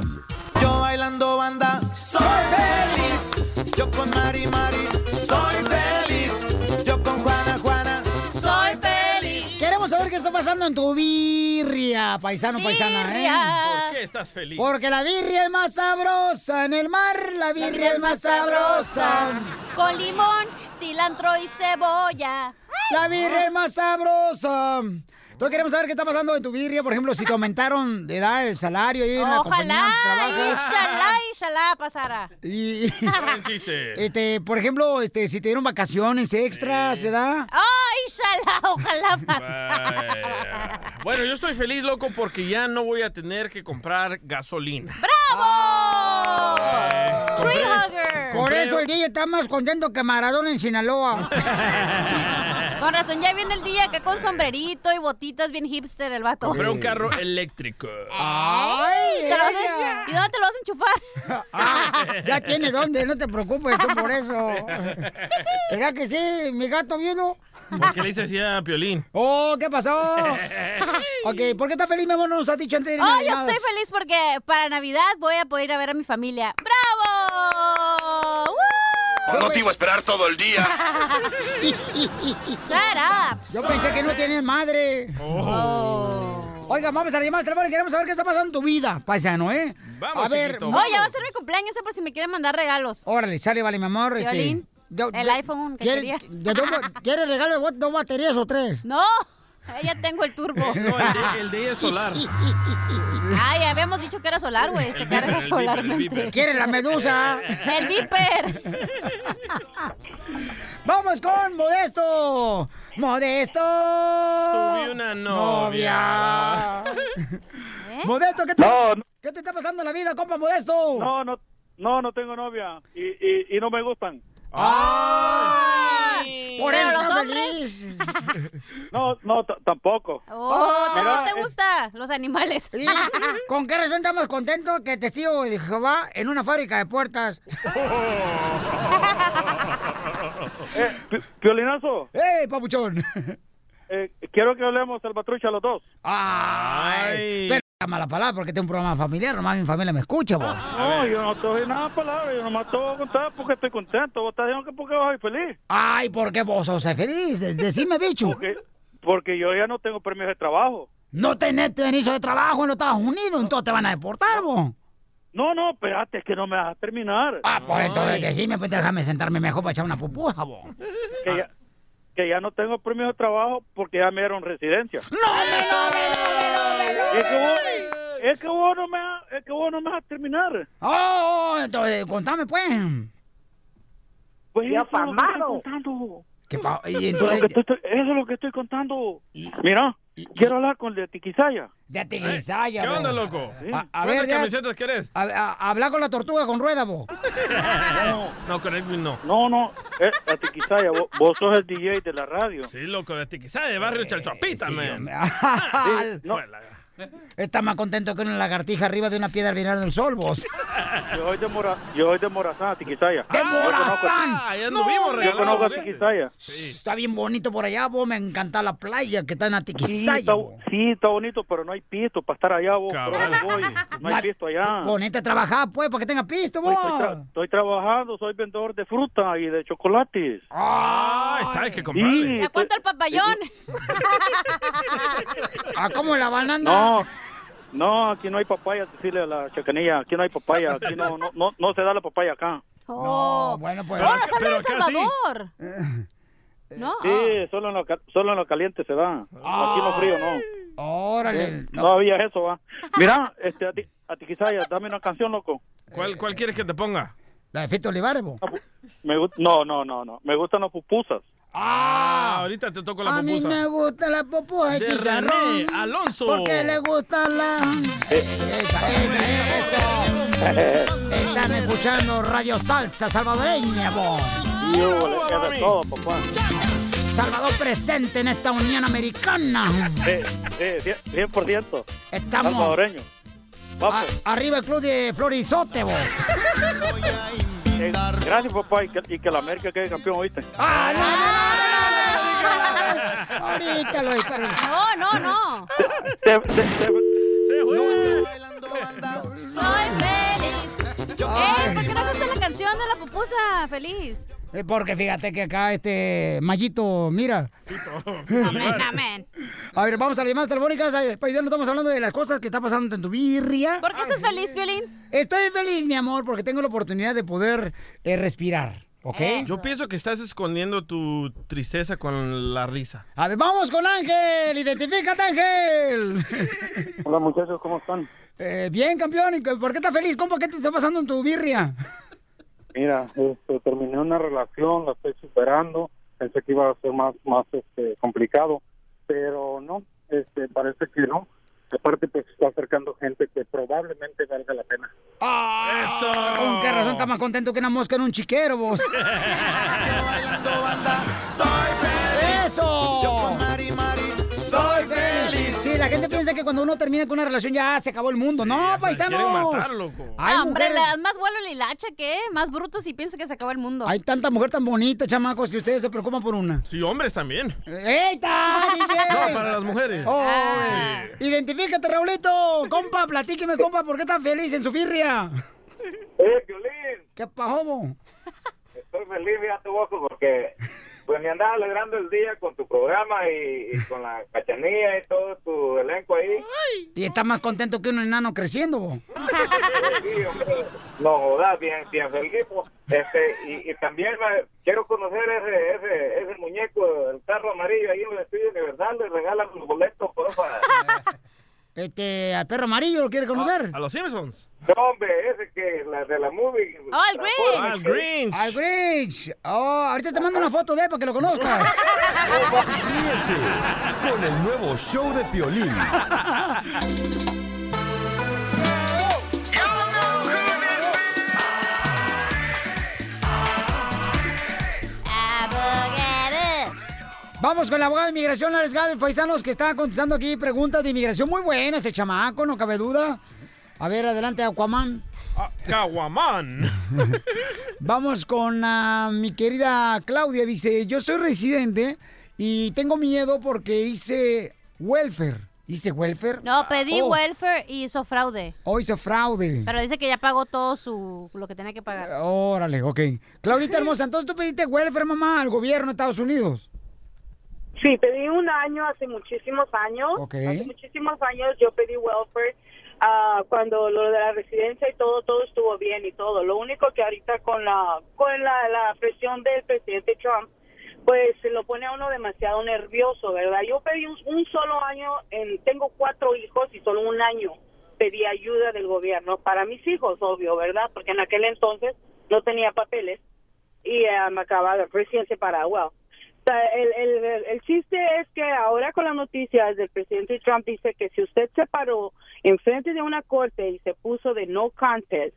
Speaker 10: Yo bailando banda soy feliz. Yo con Mari Mari soy feliz. Yo con Juana Juana soy feliz.
Speaker 2: Queremos saber qué está pasando en tu birria, paisano, paisana. ¿eh?
Speaker 3: ¿Por qué estás feliz?
Speaker 2: Porque la birria es más sabrosa en el mar, la birria es más sabrosa.
Speaker 4: Con limón, cilantro y cebolla.
Speaker 2: La birria es más sabrosa. Entonces queremos saber qué está pasando en tu birria, por ejemplo, si te aumentaron de edad el salario ahí en la compañía
Speaker 4: Ojalá,
Speaker 2: donde trabajas.
Speaker 4: inshallah, inshallah pasara.
Speaker 2: Y,
Speaker 4: Buen
Speaker 3: chiste.
Speaker 2: Este, por ejemplo, este, si te dieron vacaciones extras, ¿se da?
Speaker 4: ¡Ay, inshallah! Ojalá pasara.
Speaker 3: Bueno, yo estoy feliz, loco, porque ya no voy a tener que comprar gasolina.
Speaker 2: Ah.
Speaker 4: ¡Bravo! Tree hugger.
Speaker 2: Por eso el DJ está más contento que Maradona en Sinaloa.
Speaker 4: Con razón, ya viene el día que con sombrerito y botitas bien hipster el vato.
Speaker 3: Compré un carro eléctrico.
Speaker 4: Eh.
Speaker 3: Ah,
Speaker 4: ¡Ay! ¿Te lo vas a- ¿Y dónde te lo vas a enchufar?
Speaker 2: Ya tiene dónde, no te preocupes tú por eso. ¿Verdad que sí, mi gato vino?
Speaker 3: ¿Por qué le hice así a Piolín?
Speaker 2: Oh, ¿qué pasó? ok, ¿por qué estás feliz, mi amor? No nos has dicho antes de irme
Speaker 4: Oh,
Speaker 2: de
Speaker 4: yo
Speaker 2: llamadas.
Speaker 4: estoy feliz porque para Navidad voy a poder ir a ver a mi familia. ¡Bravo!
Speaker 2: No
Speaker 17: te iba a esperar todo el día.
Speaker 4: ¡Shut
Speaker 2: Yo pensé que no tienes madre.
Speaker 3: Oh.
Speaker 2: Oiga, vamos a la llamada telefónica. Queremos saber qué está pasando en tu vida, paisano, ¿eh?
Speaker 4: Vamos,
Speaker 2: a ver.
Speaker 4: Oh, ya va a ser mi cumpleaños, eh, por si me quieren mandar regalos.
Speaker 2: Órale, sale, vale, mi amor. este,
Speaker 4: Violín,
Speaker 2: do-
Speaker 4: el
Speaker 2: do-
Speaker 4: iPhone que
Speaker 2: ¿quiere-
Speaker 4: quería.
Speaker 2: de dos ba- ¿Quieres regalo de bo- dos baterías o tres?
Speaker 4: No, eh, ya tengo el turbo.
Speaker 3: No, el de, el de es solar.
Speaker 4: Ay, habíamos dicho que era solar, güey. Se
Speaker 3: El
Speaker 4: carga
Speaker 3: beeper, el beeper, el
Speaker 4: solarmente.
Speaker 3: beeper.
Speaker 2: ¿Quieres la medusa?
Speaker 4: ¡El viper!
Speaker 2: ¡Vamos con Modesto! ¡Modesto!
Speaker 3: Tuve una novia.
Speaker 2: Modesto, ¿qué te, ¿qué te está pasando en la vida, compa Modesto?
Speaker 19: No, no, no, no tengo novia y, y, y no me gustan.
Speaker 2: Por eso
Speaker 4: Pero los
Speaker 2: está
Speaker 4: hombres-
Speaker 2: feliz.
Speaker 19: No, no, t- tampoco.
Speaker 4: Oh, ¿entonces
Speaker 19: Mira,
Speaker 4: no te gustan los animales?
Speaker 2: ¿Y ¿Con qué razón estamos contentos que testigo de Jehová en una fábrica de puertas?
Speaker 3: Oh.
Speaker 19: eh, Pi- Piolinazo,
Speaker 2: ¡Ey, papuchón!
Speaker 19: eh, quiero que hablemos del patrucha los dos.
Speaker 2: ¡Ay! Pero la mala palabra porque tengo un programa familiar, nomás mi familia me escucha, vos.
Speaker 19: No, yo no te doy nada de palabra, yo nomás te voy a contar porque estoy contento. Vos estás diciendo que porque vas a ir feliz.
Speaker 2: ¡Ay, porque vos sos feliz! De- Decime, bicho.
Speaker 19: Porque, porque yo ya no tengo permiso de trabajo.
Speaker 2: No tenés permiso de trabajo en los Estados Unidos, entonces te van a deportar, vos.
Speaker 19: No, no, espérate, es que no me vas a terminar.
Speaker 2: Ah, por entonces decime, pues déjame sentarme mejor para echar una pupuja, vos.
Speaker 19: Que ya, que ya no tengo permiso de trabajo porque ya me dieron residencia.
Speaker 2: ¡No
Speaker 19: Es que vos, es que vos no me, ha- es que vos no me vas a terminar.
Speaker 2: ¡Oh! oh, Entonces, contame, pues.
Speaker 19: Pues
Speaker 2: Ya
Speaker 19: eso es lo que estoy
Speaker 2: afamado.
Speaker 19: contando.
Speaker 2: ¿Qué pa- y
Speaker 19: Eso es
Speaker 2: entonces-
Speaker 19: lo que estoy- eso es lo que estoy contando. Mira, quiero hablar con el de Tiquisaya.
Speaker 2: De Tiquisaya,
Speaker 19: ¿Qué
Speaker 2: vos.
Speaker 19: onda, loco?
Speaker 2: A, a
Speaker 19: ¿Cuántas
Speaker 2: ver, ya.
Speaker 19: camisetas
Speaker 3: querés?
Speaker 2: A, a- habla con la tortuga con rueda, vos.
Speaker 3: No, con Edwin no.
Speaker 19: No, no, eh, la Tiquisaya, vos, vos sos el DJ de la radio.
Speaker 3: Sí, loco, de Tiquisaya, de barrio Chalchuapita, man.
Speaker 2: hombre.
Speaker 19: No,
Speaker 2: Está más contento que una lagartija arriba de una piedra al mirar del sol, vos.
Speaker 19: yo soy de, Mora, yo soy de Morazán, Tiquisaya.
Speaker 2: ¡De
Speaker 19: Yo conozco-
Speaker 2: Morazán!
Speaker 19: yo
Speaker 2: anduvimos regalando
Speaker 19: conozco a
Speaker 2: juguetes.
Speaker 19: Tiquisaya.
Speaker 2: Está bien bonito por allá, vos. Me encanta la playa que está en
Speaker 19: Sí está,
Speaker 2: Atiquizaya. vos.
Speaker 19: sí, está bonito, pero no hay pisto para estar allá, vos. Por
Speaker 2: Cabal.
Speaker 19: eso voy, No hay
Speaker 2: Ma-
Speaker 19: pisto allá.
Speaker 2: Ponete a trabajar, pues, para que tenga pisto,
Speaker 19: Estoy,
Speaker 2: vos.
Speaker 19: estoy tra- estoy trabajando, soy vendedor de fruta y de chocolates.
Speaker 2: ¡Ah!
Speaker 19: Está, hay que
Speaker 4: ¿Y a cuánto el papayón?
Speaker 2: ¿A Ah, cómo la banana?
Speaker 19: No, no, aquí no hay papaya, decirle a la chacanilla, aquí no hay papaya, aquí no, no, no, no se da la papaya acá.
Speaker 4: Oh,
Speaker 2: bueno,
Speaker 19: pues.
Speaker 4: Ahora sale
Speaker 19: Pero
Speaker 4: El
Speaker 19: acá sí.
Speaker 4: Salvador.
Speaker 2: Eh.
Speaker 4: No.
Speaker 19: Sí, solo en lo, ca- solo en lo caliente se da, aquí en lo frío no.
Speaker 2: Órale.
Speaker 19: Sí, no había eso, va. Mira, este, a, ti, a ti Quisaya, dame una canción, loco.
Speaker 3: ¿Cuál, ¿Cuál quieres que te ponga?
Speaker 2: La de Fito Olivares, vos.
Speaker 19: Me, gu- no, no, no, no, me gustan las pupusas.
Speaker 3: Ah, ahorita te toco la
Speaker 2: A mí
Speaker 3: pupusa.
Speaker 2: me gusta la pupusa de
Speaker 3: De
Speaker 2: chicharrón.
Speaker 3: René Alonso.
Speaker 2: Porque le gusta la...
Speaker 19: Eh,
Speaker 2: Esa, esa, esa. Están escuchando Radio Salsa Salvadoreña, vos. Salvador presente en esta Unión Americana.
Speaker 19: Sí, sí, 100%.
Speaker 2: Estamos-
Speaker 19: Salvadoreño. Vamos.
Speaker 2: A- arriba el club de Florizote, vos.
Speaker 19: Eh, gracias, papá, y que, y que la América quede campeón, ¿oíste?
Speaker 2: Ah, Ahorita lo disparo.
Speaker 4: No, no, no.
Speaker 19: Te- te-
Speaker 4: Soy feliz. Ey, ¿Por qué no gusta la canción de la pupusa? Feliz.
Speaker 2: Eh, Porque fíjate que acá este Mayito, mira.
Speaker 4: Amén, amén.
Speaker 2: A ver, vamos a las llamadas telefónicas. Ay, Paisano, estamos hablando de las cosas que está pasando en tu birria.
Speaker 4: ¿Por qué estás feliz, Piolín?
Speaker 2: Estoy feliz, mi amor, porque tengo la oportunidad de poder eh, respirar. ¿Ok?
Speaker 4: Eh.
Speaker 3: Yo pienso que estás escondiendo tu tristeza con la risa.
Speaker 2: A ver, vamos con Ángel. Identifícate, Ángel.
Speaker 19: Hola, muchachos, ¿cómo están?
Speaker 2: Eh, bien, campeón. ¿Y ¿Por qué estás feliz? ¿Cómo qué te está pasando en tu birria?
Speaker 19: Mira, este, terminé una relación, la estoy superando. Pensé que iba a ser más, más este, complicado, pero no, este, parece que no. Aparte, pues está acercando gente que probablemente valga la pena.
Speaker 2: ¡Eso! ¿Con qué razón estás más contento que una mosca en un chiquero, vos? ¡Eso!
Speaker 10: soy feliz.
Speaker 2: Sí, la gente piensa que cuando uno termina con una relación ya se acabó el mundo. no, paisanos. Hay,
Speaker 4: No, hombre,
Speaker 2: mujeres-
Speaker 4: la- más vuelo la hilacha que más brutos y piensa que se acabó el mundo.
Speaker 2: hay tanta mujer tan bonita, chamacos, que ustedes se preocupan por una. Ah,
Speaker 3: Sí, hombres también.
Speaker 2: ¡Eita, DJ!
Speaker 3: No, para las mujeres. Ah.
Speaker 2: Oh, Identifícate, Raulito. Compa, platíqueme, compa, ¿por qué tan feliz en su birria?
Speaker 17: Eh, Piolín,
Speaker 2: ¿Qué pasó, bo?
Speaker 17: estoy feliz, fíjate, Boco, porque pues me andaba alegrando el día con tu programa y, y con la cachanilla y todo tu elenco ahí.
Speaker 2: Y está más contento que un enano creciendo, bo.
Speaker 17: Sí, hombre, no jodas, bien, bien feliz. pues. Este, y, y también eh, quiero conocer ese, ese, ese muñeco, el carro amarillo ahí en el estudio universal, le regalan los boletos, porfa.
Speaker 2: Este, al perro amarillo lo quiere conocer.
Speaker 3: A los Simpsons.
Speaker 17: No, hombre, ese que la de la movie.
Speaker 2: ¡Ah, el Grinch!
Speaker 17: Ah,
Speaker 2: ¡Al Grinch! ¡Al Grinch! Oh, ahorita te mando una foto de él para que lo conozcas.
Speaker 6: Ríete con el nuevo show de Piolín.
Speaker 2: Vamos con la abogada de inmigración, Alex Gávez, paisanos, que está contestando aquí preguntas de inmigración muy buenas, el chamaco, no cabe duda. A ver, adelante, Aquaman.
Speaker 3: Caguamán.
Speaker 2: Vamos con ah, mi querida Claudia. Dice, yo soy residente y tengo miedo porque hice welfare. ¿Hice welfare?
Speaker 4: No, pedí
Speaker 2: Oh,
Speaker 4: welfare y hizo fraude.
Speaker 2: Oh, hice fraude.
Speaker 4: Pero dice que ya pagó todo su lo que tenía que pagar.
Speaker 2: Órale, ok. Claudita hermosa, entonces tú pediste welfare, mamá, al gobierno de Estados Unidos.
Speaker 17: Sí, pedí un año hace muchísimos años.
Speaker 2: Ok.
Speaker 17: Hace muchísimos años yo pedí welfare. ah, cuando lo de la residencia y todo, todo estuvo bien y todo. Lo único que ahorita con la con la, la presión del presidente Trump, pues se lo pone a uno demasiado nervioso, ¿verdad? Yo pedí un, un solo año, en, tengo cuatro hijos y solo un año pedí ayuda del gobierno para mis hijos, obvio, ¿verdad? Porque en aquel entonces no tenía papeles y ah, me acababa recién separada. Wow. O sea, el, el- el- el chiste es que ahora con las noticias del presidente Trump dice que si usted se paró enfrente de una corte y se puso de no contest,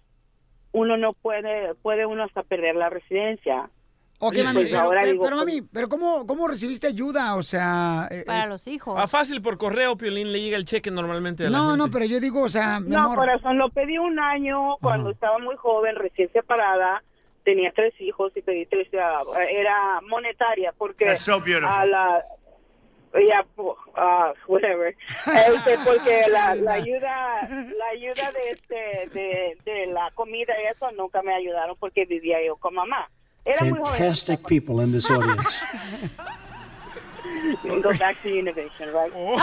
Speaker 17: uno no puede, puede uno hasta perder la residencia.
Speaker 2: Ok,
Speaker 17: Y
Speaker 2: mami,
Speaker 17: pues
Speaker 2: pero,
Speaker 17: ahora
Speaker 2: pe-
Speaker 17: digo,
Speaker 2: pero,
Speaker 17: pues,
Speaker 2: mami, pero ¿cómo, cómo recibiste ayuda? O sea... eh, eh,
Speaker 4: los hijos.
Speaker 3: A fácil por correo, Piolín, le llega el cheque normalmente. A la
Speaker 2: No,
Speaker 3: gente.
Speaker 2: no, pero yo digo, o sea, mi
Speaker 17: No,
Speaker 2: amor.
Speaker 17: corazón, lo pedí un año cuando estaba muy joven, recién separada. Tenía tres hijos y pedí tres. ah, Era monetaria porque.
Speaker 10: That's so beautiful.
Speaker 17: A la, ya, po- ah, whatever. Este, porque la, la ayuda la ayuda de, este, de, de la comida y eso nunca me ayudaron porque vivía yo con mamá. Era muy joven.
Speaker 20: Fantastic people in this audience.
Speaker 17: Go back to innovation, right?
Speaker 20: Oh.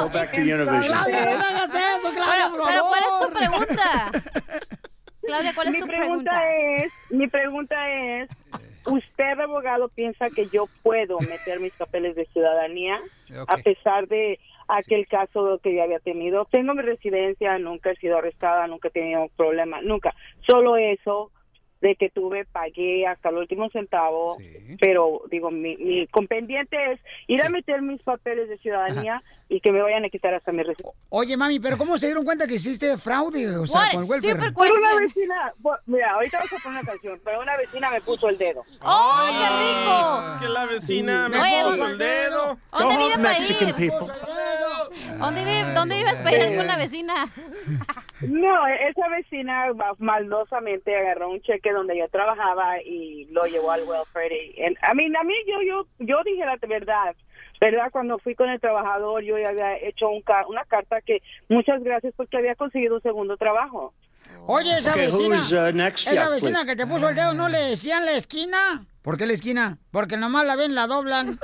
Speaker 20: Go back to Univision.
Speaker 2: Claudia, no hagas eso, Claudia,
Speaker 4: Pero,
Speaker 2: por
Speaker 4: pero ¿cuál es
Speaker 2: favor.
Speaker 4: tu pregunta? Claudia, ¿cuál es
Speaker 17: mi
Speaker 4: tu
Speaker 17: pregunta? Es, mi pregunta es, ¿usted, abogado, piensa que yo puedo meter mis papeles de ciudadanía a pesar de aquel caso que yo había tenido? Tengo mi residencia, nunca he sido arrestada, nunca he tenido un problema, nunca. Solo eso de que tuve, pagué hasta el último centavo, pero digo, mi, mi compendiente es ir a meter mis papeles de ciudadanía y que me vayan a quitar hasta mi residencia.
Speaker 2: Oye, mami, pero ¿cómo se dieron cuenta que hiciste fraude? O sea, con el welfare.
Speaker 17: Por una vecina, por- mira, ahorita vamos a poner una canción, pero una vecina me puso el dedo.
Speaker 3: ¡Ay, qué rico! Ah. Es que la vecina me
Speaker 17: Oye,
Speaker 3: puso
Speaker 17: don-
Speaker 3: el dedo.
Speaker 4: ¿Dónde vive para
Speaker 17: Mexican
Speaker 4: ir? ¿Dónde, vive, ¿Dónde vives para ir con la vecina?
Speaker 17: No, e-, esa vecina ma- maldosamente agarró un cheque donde yo trabajaba y lo llevó al welfare. Y, and- I mean, a mí yo yo yo dije la verdad, verdad. Cuando fui con el trabajador, yo ya había hecho un ca- una carta que muchas gracias porque había conseguido un segundo trabajo.
Speaker 2: Oh. Oye, esa
Speaker 17: Okay,
Speaker 2: vecina.
Speaker 17: who's, uh, next?
Speaker 2: Esa
Speaker 17: Yeah,
Speaker 2: vecina
Speaker 17: please.
Speaker 2: que te puso el dedo, ¿no le decían la esquina? ¿Por qué la esquina? Porque nomás la ven, la doblan.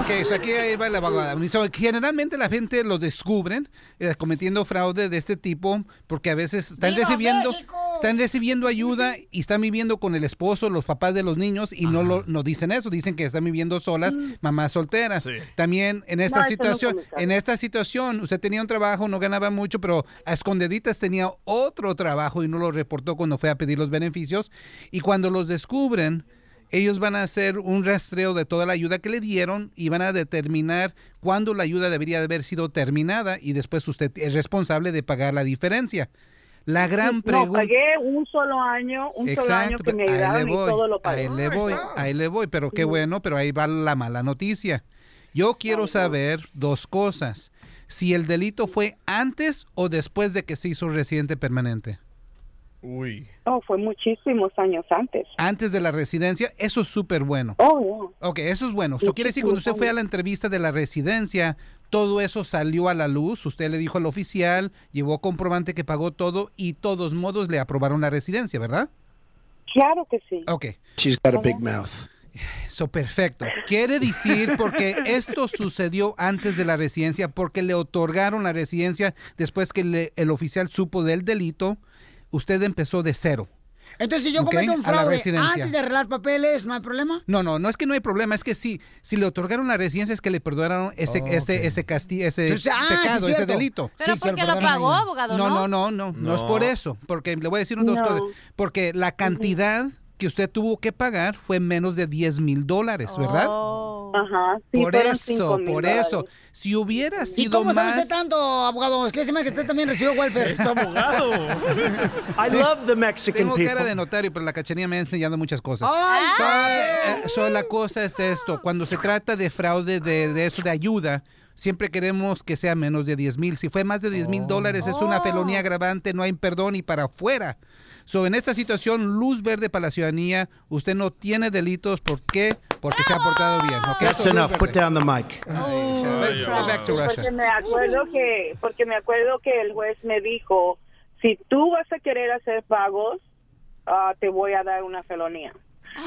Speaker 1: Ok, so aquí ahí va la abogada. So, generalmente la gente los descubren eh, cometiendo fraude de este tipo porque a veces están
Speaker 2: ¡Viva
Speaker 1: recibiendo
Speaker 2: México!
Speaker 1: están recibiendo ayuda y están viviendo con el esposo, los papás de los niños y no lo, no dicen eso, dicen que están viviendo solas, mamás solteras. También en esta
Speaker 7: No, eso no
Speaker 1: situación,
Speaker 7: está
Speaker 1: en esta situación, usted tenía un trabajo, no ganaba mucho, pero a escondeditas tenía otro trabajo y no lo reportó cuando fue a pedir los beneficios y cuando los descubren ellos van a hacer un rastreo de toda la ayuda que le dieron y van a determinar cuándo la ayuda debería de haber sido terminada y después usted es responsable de pagar la diferencia. La gran
Speaker 17: No,
Speaker 1: pregunta...
Speaker 17: pagué un solo año, un solo año que me
Speaker 1: pero
Speaker 17: ayudaron y todo lo pagué.
Speaker 1: ahí le voy, ahí le voy, pero qué bueno, pero ahí va la mala noticia. Yo quiero saber dos cosas. Si el delito fue antes o después de que se hizo residente permanente.
Speaker 3: Uy.
Speaker 17: No, fue muchísimos años antes.
Speaker 1: Antes de la residencia, eso es súper bueno.
Speaker 17: Oh,
Speaker 1: Ok, eso es bueno. Eso quiere decir, cuando usted fue a la entrevista de la residencia, todo eso salió a la luz. Usted le dijo al oficial, llevó comprobante que pagó todo y todos modos le aprobaron la residencia, ¿verdad?
Speaker 17: Claro que sí.
Speaker 1: Ok.
Speaker 7: She's got a big mouth.
Speaker 1: Eso, perfecto. Quiere decir porque esto sucedió antes de la residencia, porque le otorgaron la residencia después que le- el oficial supo del delito, usted empezó de cero.
Speaker 2: Entonces, si yo
Speaker 1: Ok,
Speaker 2: cometo un
Speaker 1: a la
Speaker 2: fraude
Speaker 1: residencia.
Speaker 2: antes de arreglar papeles, ¿no hay problema?
Speaker 1: No, no, no es que no hay problema, es que sí, si le otorgaron la residencia es que le perdonaron ese
Speaker 2: Ok.
Speaker 1: ese ese casti- ese
Speaker 2: Entonces, ah, sí,
Speaker 1: pecado, ese
Speaker 2: cierto.
Speaker 1: delito.
Speaker 4: Pero porque lo pagó, abogado, ¿no?
Speaker 1: No, no, no, no, no, es
Speaker 7: No.
Speaker 1: por eso, porque le voy a decir unas
Speaker 7: No.
Speaker 1: dos cosas, porque la cantidad que usted tuvo que pagar fue menos de 10 mil dólares, ¿verdad?
Speaker 17: Ajá, sí,
Speaker 1: por
Speaker 17: fueron
Speaker 1: eso,
Speaker 17: 5,000
Speaker 1: por
Speaker 17: dólares.
Speaker 1: eso. Si hubiera
Speaker 2: ¿Y
Speaker 1: sido
Speaker 2: cómo sabe
Speaker 1: más...
Speaker 2: usted tanto, abogado? Es que se me que usted también recibió welfare.
Speaker 1: Es abogado.
Speaker 7: I love the Mexican
Speaker 1: Tengo cara
Speaker 7: people.
Speaker 1: de notario, pero la cachanilla me ha enseñado muchas cosas.
Speaker 7: ¡Ay,
Speaker 17: Ah.
Speaker 1: So,
Speaker 7: Javier!
Speaker 1: eh, so, la cosa es esto, cuando se trata de fraude de, de eso, de ayuda, siempre queremos que sea menos de 10 mil. Si fue más de 10 mil dólares, es
Speaker 17: Oh.
Speaker 1: una felonía agravante, no hay perdón y para afuera. So, en esta situación, luz verde para la ciudadanía, usted no tiene delitos, ¿por qué? Porque se ha portado bien. ¿ok?
Speaker 7: That's
Speaker 1: So, luz
Speaker 7: enough. Put
Speaker 1: verde.
Speaker 7: down the mic.
Speaker 1: Ay, go back to Russia.
Speaker 17: Porque me acuerdo que, porque me acuerdo que el juez me dijo, si tú vas a querer hacer pagos, ah, te voy a dar una felonía.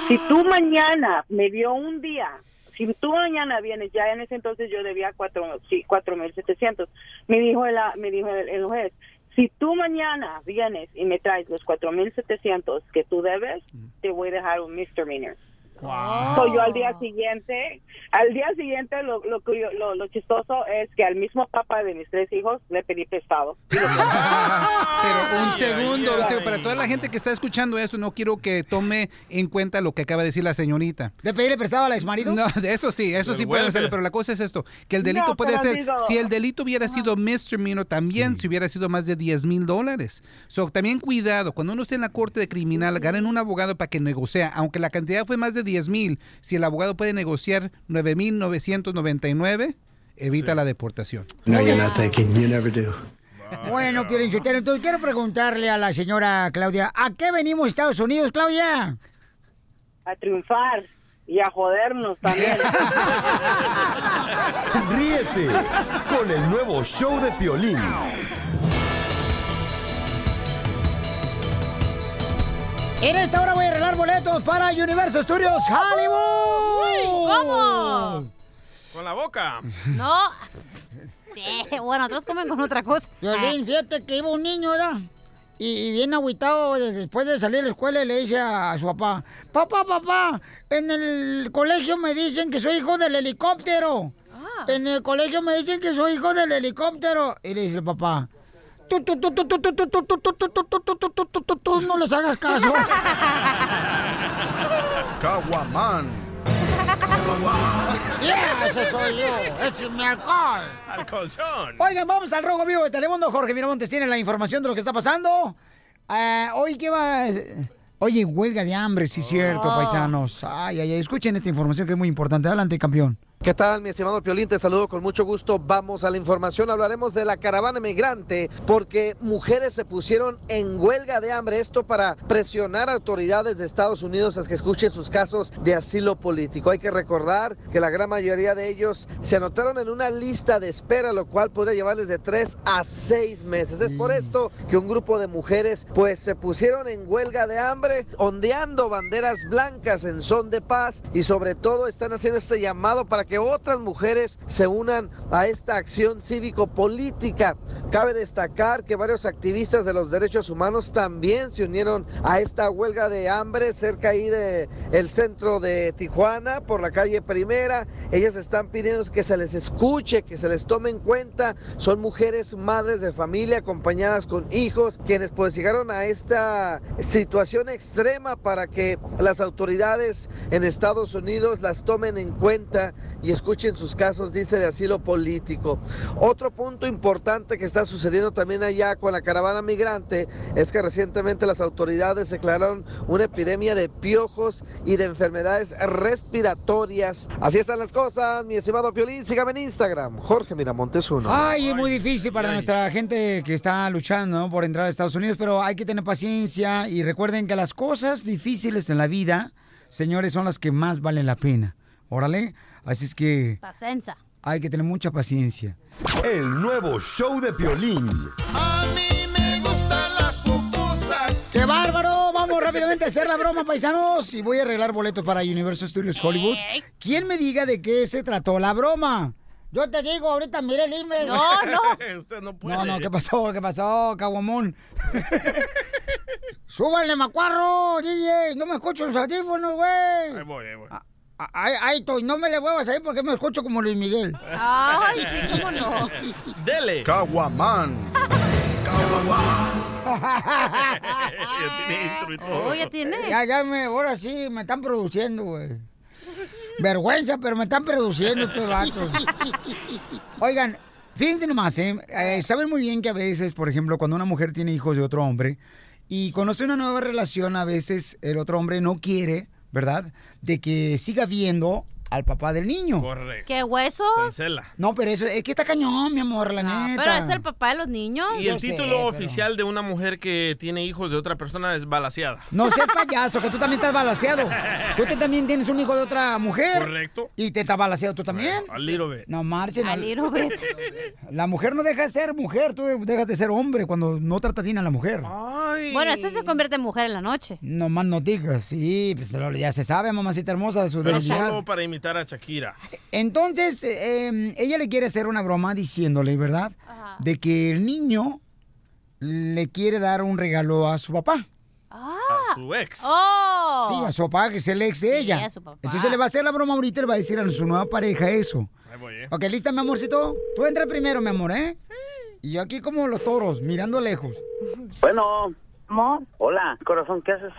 Speaker 17: Si tú mañana me dio un día, si tú mañana vienes, ya en ese entonces yo debía cuatro, sí, cuatro mil setecientos. Me dijo el, me dijo el, el juez, si tú mañana vienes y me traes los cuatro mil setecientos que tú debes, te voy a dejar un misdemeanor. So, yo al día siguiente, al día siguiente lo, lo, curio- lo, lo chistoso es que al mismo papá de mis tres hijos le pedí prestado.
Speaker 1: Pero un segundo, un segundo. para toda la gente que está escuchando esto, no quiero que tome en cuenta lo que acaba de decir la señorita.
Speaker 2: ¿De pedirle prestado al exmarido?
Speaker 1: No, de eso sí, eso sí puede
Speaker 2: welfare.
Speaker 1: hacerlo, pero la cosa es esto, que el delito
Speaker 2: No,
Speaker 1: puede
Speaker 2: pero
Speaker 1: ser,
Speaker 2: digo-
Speaker 1: si el delito hubiera sido misdemeanor también, si hubiera sido más de 10 mil dólares. So, también cuidado, cuando uno esté en la corte de criminal, ganen un abogado para que negocie, aunque la cantidad fue más de 10 mil, si el abogado puede negociar 9,999, evita la deportación.
Speaker 7: No, you're not thinking. You never do.
Speaker 2: Bueno, Piolín Sotelo, entonces quiero preguntarle a la señora Claudia, ¿a qué venimos Estados Unidos, Claudia?
Speaker 17: A triunfar y a jodernos también.
Speaker 6: Ríete con el nuevo show de Piolín.
Speaker 2: En esta hora voy a arreglar boletos para Universo Studios Hollywood.
Speaker 4: ¿Cómo?
Speaker 3: Con la boca.
Speaker 4: No. Eh, bueno, otros comen con otra cosa. Ah,
Speaker 2: Violín, fíjate que iba un niño, ¿verdad? Y, y bien agüitado de- después de salir de la escuela y le dice a, a su papá, papá, papá, en el colegio me dicen que soy hijo del helicóptero. En el colegio me dicen que soy hijo del helicóptero. Y le dice el papá, Tú, tú, tú, tú, tú, tú, tú, tú, tú, tú, tú, tú, tú, tú, tú, tú, tú, tú, no les hagas caso.
Speaker 6: Caguaman.
Speaker 2: Yeah, ese pues, soy yo. Ese es mi alcohol.
Speaker 3: Al colchón.
Speaker 2: Oigan, vamos al rojo vivo de Telemundo. Jorge Miramontes tiene la información de lo que está pasando. Eh, Hoy, ¿qué va? Oye, huelga de hambre, sí, cierto, paisanos. Ay, ay, ay. Escuchen esta información que es muy importante. Adelante, campeón.
Speaker 5: ¿Qué tal, mi estimado Piolín? Te saludo con mucho gusto. Vamos a la información. Hablaremos de la caravana migrante porque mujeres se pusieron en huelga de hambre. Esto para presionar a autoridades de Estados Unidos a que escuchen sus casos de asilo político. Hay que recordar que la gran mayoría de ellos se anotaron en una lista de espera, lo cual podría llevarles de tres a seis meses. Es por esto que un grupo de mujeres pues se pusieron en huelga de hambre, ondeando banderas blancas en son de paz y sobre todo están haciendo este llamado para que otras mujeres se unan a esta acción cívico-política. Cabe destacar que varios activistas de los derechos humanos también se unieron a esta huelga de hambre cerca ahí de el centro de Tijuana por la calle Primera. Ellas están pidiendo que se les escuche, que se les tome en cuenta. Son mujeres madres de familia acompañadas con hijos quienes pues llegaron a esta situación extrema para que las autoridades en Estados Unidos las tomen en cuenta y escuchen sus casos, dice, de asilo político. Otro punto importante que está sucediendo también allá con la caravana migrante es que recientemente las autoridades declararon una epidemia de piojos y de enfermedades respiratorias. Así están las cosas, mi estimado Piolín, sígame en Instagram, Jorge Miramontes uno.
Speaker 2: Ay, es muy difícil para nuestra gente que está luchando ¿no? por entrar a Estados Unidos, pero hay que tener paciencia y recuerden que las cosas difíciles en la vida, señores, son las que más valen la pena. Órale, así es que
Speaker 4: Pasenza.
Speaker 2: hay que tener mucha paciencia.
Speaker 6: El nuevo show de Piolín.
Speaker 2: ¡Qué bárbaro! Vamos rápidamente a hacer la broma, paisanos. Y voy a arreglar boletos para Universal Studios Hollywood. ¿Quién me diga de qué se trató la broma? Yo te digo, ahorita mira el email.
Speaker 3: Usted no puede.
Speaker 2: No, no, ¿qué pasó? ¿Qué pasó, Caguamón? ¡Súbanle, macuarro, DJ! ¡No me escucho los audífonos, güey!
Speaker 3: Ahí voy, ahí voy.
Speaker 2: Ah, Ay, ay, Toy, no me le muevas ahí porque me escucho como Luis Miguel.
Speaker 4: Ay, sí, cómo no.
Speaker 3: Dele.
Speaker 6: Caguaman.
Speaker 3: ya tiene intro y todo.
Speaker 2: Oh, ya tiene. Ya, me, ahora sí, me están produciendo, güey. Vergüenza, pero me están produciendo estos vatos. Oigan, fíjense nomás, ¿eh? Eh, Saben muy bien que a veces, por ejemplo, cuando una mujer tiene hijos de otro hombre y conoce una nueva relación, a veces el otro hombre no quiere, ¿verdad? De que siga viendo al papá del niño.
Speaker 3: Correcto.
Speaker 4: ¿Qué huesos?
Speaker 2: No, pero eso es que está cañón, mi amor, la neta.
Speaker 4: Pero es el papá de los niños.
Speaker 3: Y el título oficial de una mujer que tiene hijos de otra persona es balaseada.
Speaker 2: No seas payaso, que tú también estás balaseado. Tú te- también tienes un hijo de otra mujer.
Speaker 3: Correcto.
Speaker 2: Y te estás balaseado tú también.
Speaker 3: Al little bit.
Speaker 2: No marchen.
Speaker 4: A little bit.
Speaker 2: La mujer no deja de ser mujer, tú dejas de ser hombre cuando no tratas bien a la mujer.
Speaker 3: Ah.
Speaker 4: Bueno, este se convierte en mujer en la noche.
Speaker 2: No más no digas, sí, pues lo- ya se sabe, mamacita hermosa, de su
Speaker 3: Pero
Speaker 2: debilidad.
Speaker 3: solo para imitar a Shakira.
Speaker 2: Entonces, eh, em, ella le quiere hacer una broma diciéndole, ¿verdad? De que el niño le quiere dar un regalo a su papá.
Speaker 4: Ah.
Speaker 3: su ex.
Speaker 4: Oh.
Speaker 2: Sí, a su papá, que es el ex de ella.
Speaker 4: a su papá.
Speaker 2: Entonces le va a hacer la broma ahorita y le va a decir a su nueva pareja eso.
Speaker 3: Ahí voy, eh.
Speaker 2: Ok, lista, mi amorcito. Tú entra primero, mi amor, ¿eh? Y yo aquí como los toros, mirando lejos.
Speaker 18: Bueno. Hola, corazón, ¿qué haces?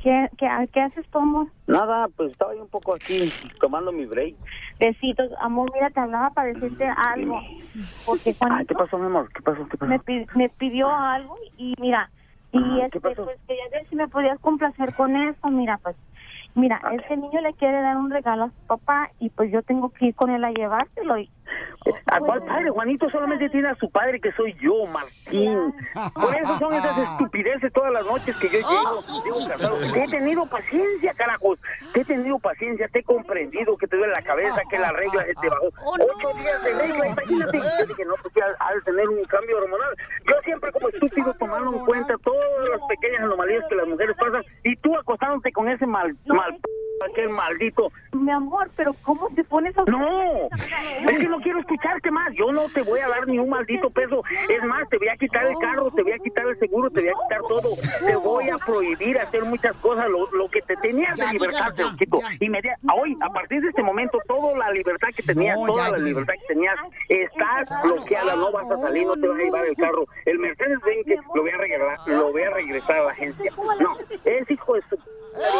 Speaker 21: ¿Qué, qué, qué haces, Tomo?
Speaker 18: Nada, pues estaba yo un poco aquí tomando mi break.
Speaker 21: Besitos. Amor, mira, te hablaba para decirte algo. Porque
Speaker 18: Ah, ¿qué pasó, mi amor? ¿Qué pasó? ¿Qué pasó?
Speaker 21: me, pi- me pidió algo y mira, y
Speaker 18: Ah, ¿qué
Speaker 21: este,
Speaker 18: pasó?
Speaker 21: pues quería ver si me podías complacer con esto. Mira, pues, mira, este niño le quiere dar un regalo a su papá y pues yo tengo que ir con él a llevárselo. Y,
Speaker 18: ¿A Ah, cuál padre? Juanito solamente tiene a su padre, que soy yo, Martín. Por eso son esas estupideces todas las noches que yo llego, llego cansado. Te he tenido paciencia, carajos. Te he tenido paciencia, te he comprendido que te duele la cabeza, que la regla se te bajó. Ocho días de regla, imagínate. Yo dije, no, pues ya al tener un cambio hormonal. Yo siempre como estúpido tomando en cuenta todas las pequeñas anomalías que las mujeres pasan. Y tú tú acostándote con ese mal, mal, aquel maldito.
Speaker 21: Mi amor, pero ¿cómo te pones a...
Speaker 18: No, es que no quiero escucharte más. Yo no te voy a dar ni un maldito peso. Es más, te voy a quitar el carro, te voy a quitar el seguro, te voy a quitar todo. Te voy a prohibir hacer muchas cosas. Lo, lo que te tenías de
Speaker 22: Ya,
Speaker 18: libertad, te
Speaker 22: ya,
Speaker 18: lo quito. Inmedi- Hoy, a partir de este momento, toda la libertad que tenías,
Speaker 22: No,
Speaker 18: toda
Speaker 22: ya,
Speaker 18: la
Speaker 22: ya.
Speaker 18: libertad que tenías, estás bloqueada. No vas a salir, no te vas a llevar el carro. El Mercedes Benz lo voy a regalar, lo voy a regresar a la agencia. No, es hijo de su...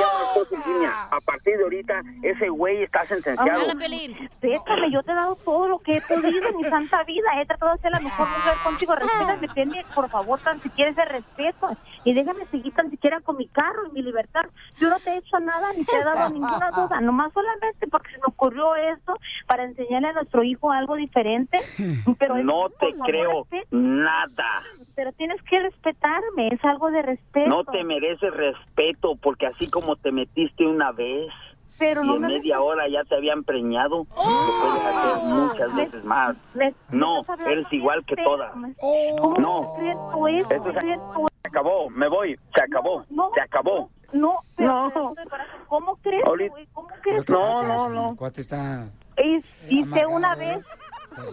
Speaker 21: Ah.
Speaker 18: A partir de ahorita, ese güey está sentenciado.
Speaker 21: Déjame, yo te he dado todo lo que he podido en mi santa vida. He tratado de ser la mejor
Speaker 18: Ah.
Speaker 21: mujer contigo. Respétame, tenme, por favor, tan siquiera ese respeto. Y déjame seguir tan siquiera con mi carro y mi libertad. Yo no te he hecho nada ni te he dado ninguna duda. Nomás solamente porque se me ocurrió esto para enseñarle a nuestro hijo algo diferente. Pero
Speaker 18: No te
Speaker 21: por favor,
Speaker 18: creo
Speaker 21: respeta.
Speaker 18: nada.
Speaker 21: Pero tienes que respetarme. Es algo de respeto.
Speaker 18: No te mereces respeto porque así como te metiste una vez
Speaker 21: Pero
Speaker 18: y
Speaker 21: no
Speaker 18: en
Speaker 21: me- Oh.
Speaker 18: media hora ya te habían preñado, lo puedes hacer muchas veces más.
Speaker 21: me-
Speaker 18: No,
Speaker 21: estás hablando
Speaker 18: eres igual que
Speaker 21: bien
Speaker 18: todas.
Speaker 21: feo.
Speaker 18: No,
Speaker 21: ¿Cómo es cierto eso?
Speaker 18: Eso es-
Speaker 21: ¿Es cierto?
Speaker 18: se acabó, me voy, se acabó, se acabó.
Speaker 21: No, pero, ¿cómo crees, güey? ¿Cómo crees?
Speaker 2: El cuate está...
Speaker 21: Es- hice una vez.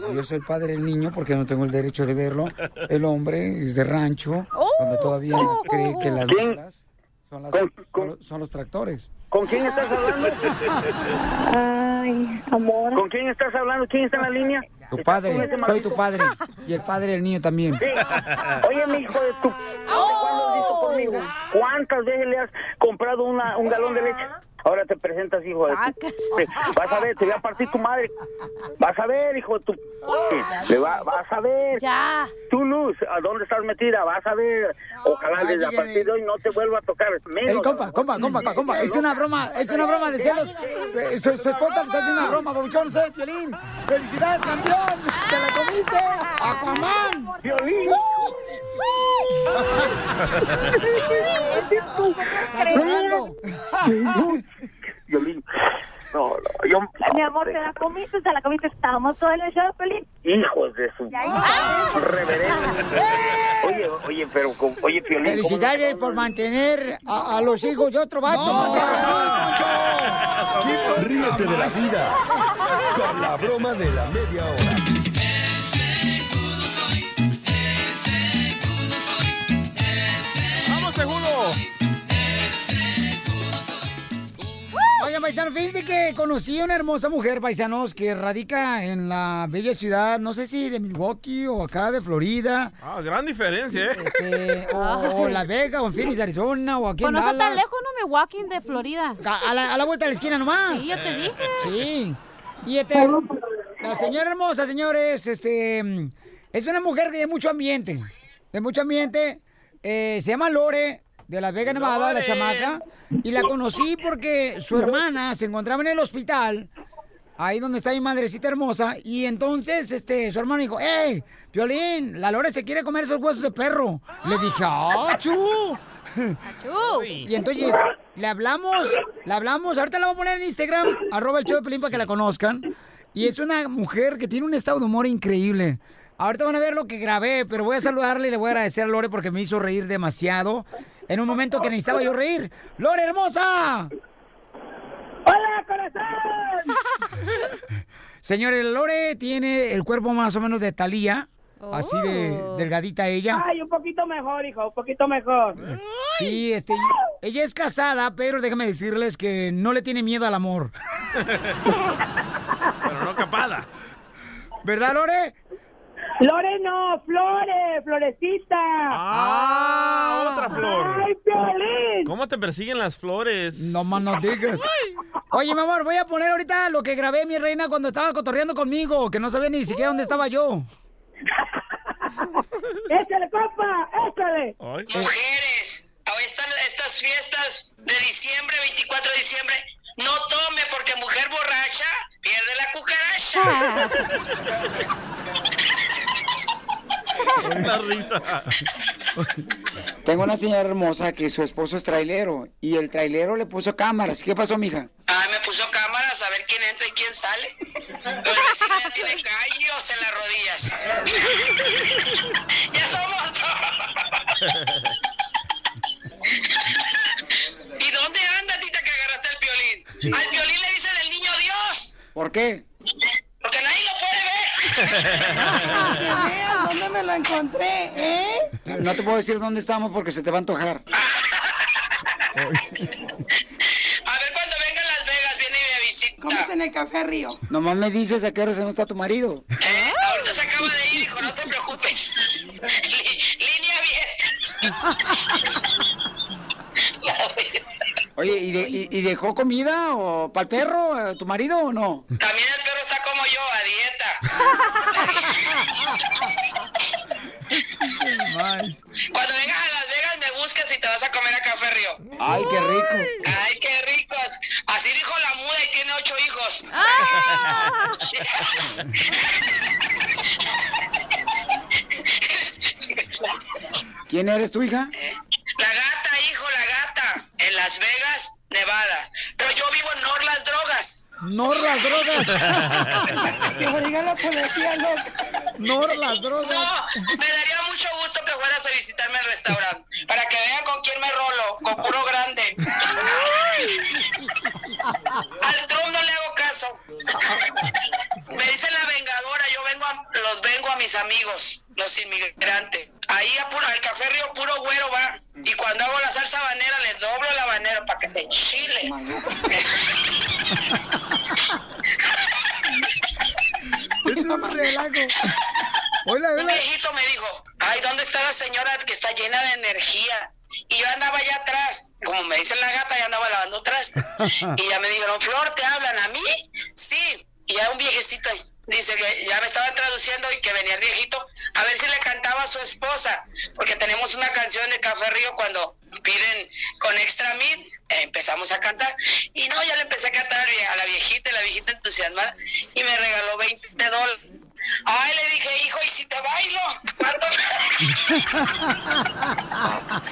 Speaker 2: Si yo soy el padre del niño porque no tengo el derecho de verlo. El hombre es de rancho, cuando todavía cree que las mulas son, las- son los- son los tractores.
Speaker 18: ¿Con quién estás hablando?
Speaker 21: Ay, amor.
Speaker 18: ¿Con quién estás hablando? ¿Quién está en la línea?
Speaker 2: Tu
Speaker 18: ¿Estás
Speaker 2: padre,
Speaker 18: con ese
Speaker 2: soy
Speaker 18: maldito?
Speaker 2: tu padre. Y el padre del niño también.
Speaker 18: Sí. Oye, mi hijo de tu... ¿Cuándo has visto conmigo? ¿Cuántas veces le has comprado una- un galón de leche? Ahora te presentas, hijo de tu... Vas a ver, te voy a partir tu madre. Vas a ver, hijo de tu... Le va- vas a ver.
Speaker 4: Ya.
Speaker 18: Tú, Luz, ¿a dónde estás metida? Vas a ver. Ojalá
Speaker 2: Ay,
Speaker 18: desde a
Speaker 2: dígame.
Speaker 18: partir de hoy no te vuelva a tocar. Menos.
Speaker 2: Ey, compa, compa, compa, compa, es una broma, es una broma de celos. Eh, Su, su esposa le está haciendo una broma, babuchón, soy el violín. ¡Felicidades, campeón! ¡Te la comiste! ¡Aquaman! ¡Uh!
Speaker 18: ¡Violín!
Speaker 2: Fernando.
Speaker 18: Violín. No, no, yo...
Speaker 21: Mi amor, te la comiste, te la comiste. Estábamos todo en el show, Pelín.
Speaker 18: Hijos de su... Reverendo. Oye, oye, pero... con- Oye, Piolín... ¿cómo-
Speaker 2: Felicidades por mantener a, a los hijos de otro vato.
Speaker 6: Ríete de la vida con la broma de la media hora.
Speaker 3: ¡Vamos, seguro!
Speaker 2: Oigan, paisano, fíjense que conocí a una hermosa mujer, paisanos, que radica en la bella ciudad, no sé si de Milwaukee o acá de Florida.
Speaker 3: Ah, gran diferencia, ¿eh?
Speaker 2: Eh, o
Speaker 3: Ay.
Speaker 2: La Vega, o en Phoenix, Arizona, o aquí
Speaker 4: Pues
Speaker 2: en
Speaker 4: no está tan
Speaker 2: Dallas.
Speaker 4: lejos, no me walking de Florida.
Speaker 2: A, a la, a la vuelta de la esquina nomás.
Speaker 4: Sí, yo te dije.
Speaker 2: Sí. Y este, la señora hermosa, señores, este, es una mujer de mucho ambiente, de mucho ambiente. Eh, se llama Lore, de la Vega Nevada, la
Speaker 10: Lore.
Speaker 2: chamaca. Y la conocí porque su hermana se encontraba en el hospital, ahí donde está mi madrecita hermosa. Y entonces, este, su hermano dijo, hey, Violín, la Lore se quiere comer esos huesos de perro. Le dije, ¡ah, chu! Y entonces le hablamos, le hablamos, ahorita la voy a poner en Instagram, arroba el show de Pelín para que la conozcan. Y es una mujer que tiene un estado de humor increíble. Ahorita van a ver lo que grabé, pero voy a saludarle y le voy a agradecer a Lore porque me hizo reír demasiado en un momento que necesitaba yo reír. ¡Lore hermosa!
Speaker 18: ¡Hola, corazón!
Speaker 2: Señores, Lore tiene el cuerpo más o menos de Talía, así de delgadita ella.
Speaker 14: Oh. Ay, un poquito mejor, hijo, un poquito mejor.
Speaker 2: Sí, este, ella es casada, pero déjame decirles que no le tiene miedo al amor.
Speaker 3: Pero no capada.
Speaker 2: ¿Verdad, Lore?
Speaker 14: Lore no, Flores, Florecita.
Speaker 3: Ah, otra flor.
Speaker 14: Ay, Piolín.
Speaker 3: ¿Cómo te persiguen las flores?
Speaker 2: No más no digas. Oye, mi amor, voy a poner ahorita lo que grabé mi reina cuando estaba cotorreando conmigo, que no sabía ni siquiera dónde estaba yo.
Speaker 14: Échale, compa, échale.
Speaker 15: Mujeres, ahora están estas fiestas de diciembre, 24 de diciembre. No tome porque mujer borracha pierde la cucaracha.
Speaker 3: Una risa.
Speaker 2: Tengo una señora hermosa que su esposo es trailero y el trailero le puso cámaras. ¿Qué pasó, mija?
Speaker 15: Ay, me puso cámaras a ver quién entra y quién sale. Los vecinos ya tienen gallos en las rodillas. ya somos dos. Y Al violín le dicen el niño Dios,
Speaker 2: ¿Por qué?
Speaker 15: porque nadie lo puede ver.
Speaker 2: ¿Dónde me lo encontré, eh? No te puedo decir dónde estamos porque se te va a antojar.
Speaker 9: Comes en el café Río.
Speaker 2: Nomás me dices a qué hora se no está tu marido.
Speaker 15: Eh, Ahorita se acaba de ir, hijo, no te preocupes. Li- línea abierta.
Speaker 2: Oye, ¿y, de- y- y dejó comida o para el perro, eh, tu marido o no?
Speaker 15: También el perro está como yo, a dieta. Cuando vengas a Las Vegas me buscas y te vas a comer a Café Río.
Speaker 2: Ay, qué rico.
Speaker 15: Ay, qué ricos. Así dijo la muda y tiene ocho hijos.
Speaker 2: ¿Quién eres tu hija?
Speaker 15: La gata, hijo, la gata. En Las Vegas, Nevada. Pero yo vivo en Nor las drogas.
Speaker 2: No las drogas.
Speaker 15: Que lo diga
Speaker 2: la policía, No las drogas.
Speaker 15: No, me daría mucho gusto que fueras a visitarme al restaurante. Para que vean con quién me rolo. Con puro grande. Al Trump no le hago caso.
Speaker 2: Ah,
Speaker 15: Me dicen la vengadora. Yo vengo a- los vengo a mis amigos, los inmigrantes. Ahí a puro, al Café Río Puro Güero va. Y cuando hago la salsa habanera, les doblo la habanera para que se chile.
Speaker 2: Es un relajo. Hola,
Speaker 15: Un viejito me dijo, ay, ¿dónde está la señora que está llena de energía? Y yo andaba allá atrás, como me dice la gata, yo andaba lavando atrás. Y ya me dijeron, Flor, ¿te hablan a mí? Sí. Y ya un viejecito ahí, dice que ya me estaba traduciendo y que venía el viejito a ver si le cantaba a su esposa, porque tenemos una canción de Café Río cuando piden con extra mil, eh, empezamos a cantar. Y no, ya le empecé a cantar a la viejita, y la viejita entusiasmada, y me regaló 20 dólares. Ay, le dije, hijo, ¿y si te bailo? ¿Cuánto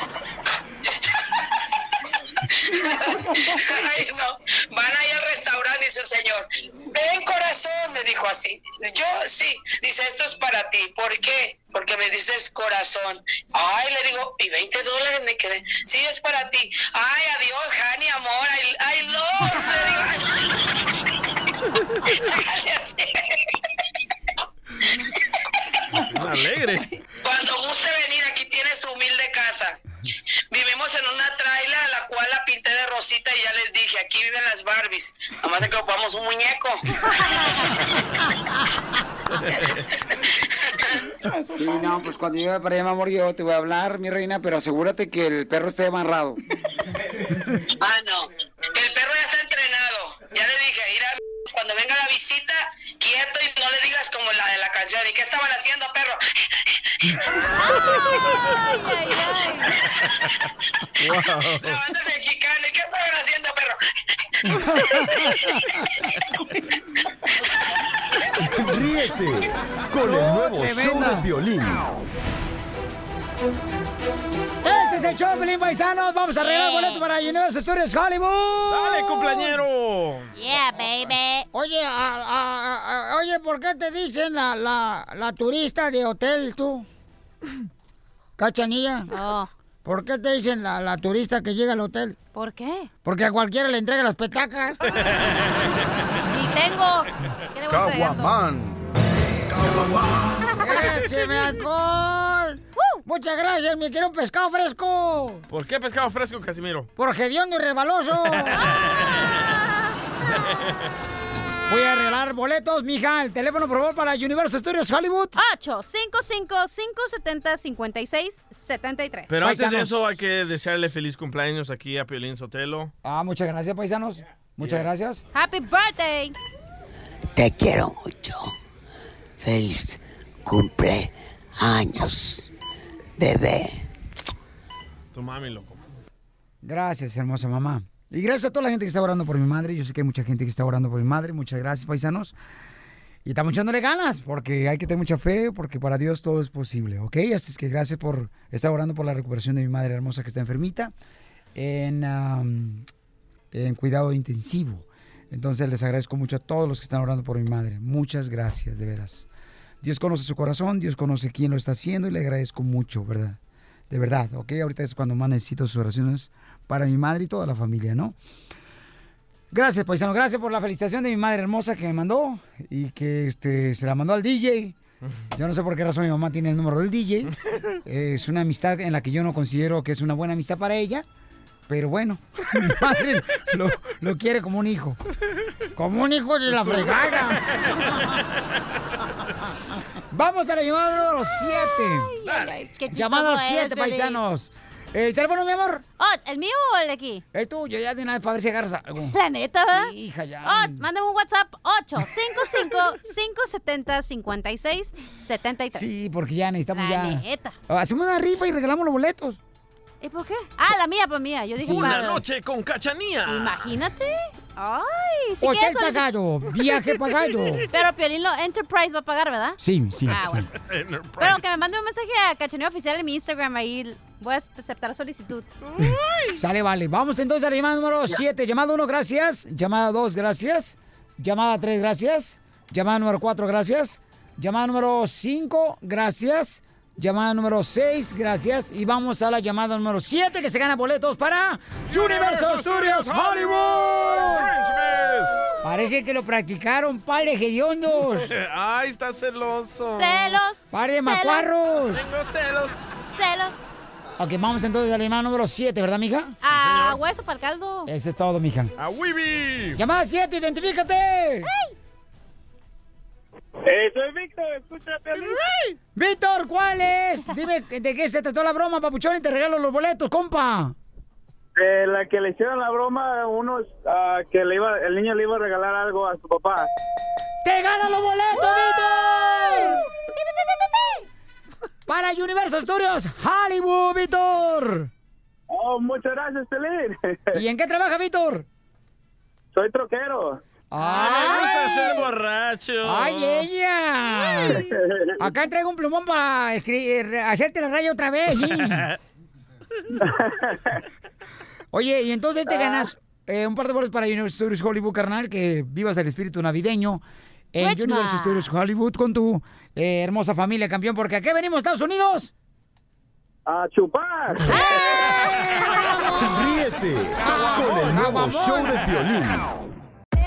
Speaker 15: Ay, no. Van ahí al restaurante, dice el señor. Ven, corazón, me dijo así. Yo sí. Dice, esto es para ti. ¿Por qué? Porque me dices corazón. Ay, le digo, y 20 dólares me quedé. Sí, es para ti. Ay, adiós, Hani, amor. I, I love. Le digo, Sácale así.
Speaker 3: alegre.
Speaker 15: Cuando guste venir, aquí tienes tu humilde casa. Vivimos en una traila, la cual la pinté de rosita y ya les dije, aquí viven las Barbies. Nomás es que ocupamos un muñeco.
Speaker 2: Sí, no, pues cuando yo vaya para allá, mi amor, yo te voy a hablar, mi reina, pero asegúrate que el perro esté amarrado.
Speaker 15: Ah, no. El perro ya está entrenado. Ya le dije, mira, cuando venga la visita, quieto y no le digas como la de la canción. ¿Y qué estaban haciendo, perro? La banda mexicana, ¿y qué estaban haciendo, perro?
Speaker 6: Ríete con el nuevo show de violín.
Speaker 2: Este es el show, Pelín Paisanos. Vamos a regalar boletos para Universal Studios Hollywood.
Speaker 3: ¡Dale, cumpleañero!
Speaker 2: Yeah, baby. Oye, a- a- a- a- oye, ¿por qué te dicen la, la, la turista de hotel, tú? Cachanilla.
Speaker 4: Oh.
Speaker 2: ¿Por qué te dicen la, la turista que llega al hotel?
Speaker 4: ¿Por qué?
Speaker 2: Porque a cualquiera le entrega las petacas.
Speaker 4: Ni tengo. ¿Qué le voy a entregar?
Speaker 2: ¡Écheme alcohol! Muchas gracias, me quiero un pescado fresco.
Speaker 3: ¿Por qué pescado fresco, Casimiro?
Speaker 2: Por hediondo y rebaloso. Voy a arreglar boletos, mija. El teléfono, por favor, para Universal Studios Hollywood.
Speaker 4: 8 55 570 56 73.
Speaker 3: Pero antes de eso hay que desearle feliz cumpleaños aquí a Piolín Sotelo.
Speaker 2: Ah, muchas gracias, paisanos. Muchas gracias.
Speaker 4: Happy birthday.
Speaker 11: Te quiero mucho. Feliz cumpleaños, bebé.
Speaker 3: Tu mami, loco.
Speaker 2: Gracias, hermosa mamá. Y gracias a toda la gente que está orando por mi madre. Yo sé que hay mucha gente que está orando por mi madre. Muchas gracias, paisanos. Y estamos echándole ganas, porque hay que tener mucha fe, porque para Dios todo es posible, ¿ok? Así es que gracias por estar orando por la recuperación de mi madre hermosa que está enfermita en, am, en cuidado intensivo. Entonces les agradezco mucho a todos los que están orando por mi madre. Muchas gracias, de veras. Dios conoce su corazón, Dios conoce quién lo está haciendo y le agradezco mucho, ¿verdad? De verdad, ¿ok? Ahorita es cuando más necesito sus oraciones para mi madre y toda la familia, ¿no? Gracias, paisano. Gracias por la felicitación de mi madre hermosa que me mandó y que este, se la mandó al DJ. Yo no sé por qué razón mi mamá tiene el número del DJ. Es una amistad en la que yo no considero que es una buena amistad para ella. Pero bueno, mi madre lo, lo quiere como un hijo. Como un hijo de la fregada. Vamos a la llamada número 7. Llamada 7, paisanos. ¿El teléfono, mi amor?
Speaker 4: Oh, ¿El mío o el de aquí?
Speaker 2: El tuyo, ya de una vez para ver si agarras algo.
Speaker 4: La neta, ¿verdad?
Speaker 2: Sí, hija, ya.
Speaker 4: Oh, mándame un WhatsApp 855-570-5673.
Speaker 2: Sí, porque ya necesitamos
Speaker 4: La
Speaker 2: ya.
Speaker 4: neta.
Speaker 2: Hacemos una rifa y regalamos los boletos.
Speaker 4: ¿Y por qué? Ah, la mía, pues mía. Yo dije,
Speaker 3: Una
Speaker 4: para-
Speaker 3: noche con cachanía.
Speaker 4: Imagínate. Ay, sí
Speaker 2: Hotel
Speaker 4: que eso es-
Speaker 2: pagado, viaje pagado.
Speaker 4: Pero Piolín lo Enterprise va a pagar, ¿verdad?
Speaker 2: Sí, sí.
Speaker 4: Ah,
Speaker 2: sí.
Speaker 4: bueno. Pero que me mande un mensaje a Cachaneo Oficial en mi Instagram, ahí voy a aceptar solicitud.
Speaker 2: Mm. Sale, vale. Vamos entonces a la llamada número 7. Llamada 1, gracias. Llamada 2, gracias. Llamada 3, gracias. Llamada número 4, gracias. Llamada número 5, gracias. Llamada número 6, gracias. Y vamos a la llamada número 7 que se gana boletos para Universal Studios Hollywood. Parece que lo practicaron, padre hediondos.
Speaker 3: Ay, está celoso.
Speaker 4: Celos.
Speaker 2: Par de
Speaker 4: celos,
Speaker 2: macuarros.
Speaker 3: Tengo celos.
Speaker 4: Celos.
Speaker 2: Ok, vamos entonces a la llamada número 7, ¿verdad, mija?
Speaker 4: a hueso para el caldo.
Speaker 2: Ese es todo, mija.
Speaker 3: A Wibi.
Speaker 2: Llamada 7, identifícate.
Speaker 14: Eh, soy Víctor, escúchate.
Speaker 2: Víctor, ¿cuál es? Dime de qué se trató la broma, papuchón, y te regalo los boletos, compa.
Speaker 12: Eh, la que le hicieron la broma, unos ah, que le iba, el niño le iba a regalar algo a su papá.
Speaker 2: ¡Te ganan los boletos, Víctor! Para Universo Studios, Hollywood, Víctor.
Speaker 12: Oh, muchas gracias, Pelín.
Speaker 2: ¿Y en qué trabaja, Víctor? Ah,
Speaker 12: Soy troquero.
Speaker 3: Me gusta ser
Speaker 2: ¡Ay!
Speaker 3: borracho.
Speaker 2: ¡Ay, ella! Acá traigo un plumón para escri- eh, hacerte la raya otra vez. sí. Oye, y entonces
Speaker 12: Ah.
Speaker 2: te ganas eh, un par de boletos para Universal Studios Hollywood, carnal, que vivas el espíritu navideño en
Speaker 12: Pues
Speaker 4: Which
Speaker 2: Universal
Speaker 4: one?
Speaker 2: Studios Hollywood con tu eh, hermosa familia, campeón, porque ¿a qué venimos, Estados Unidos?
Speaker 12: A chupar.
Speaker 6: Ríete con el nuevo show de violín.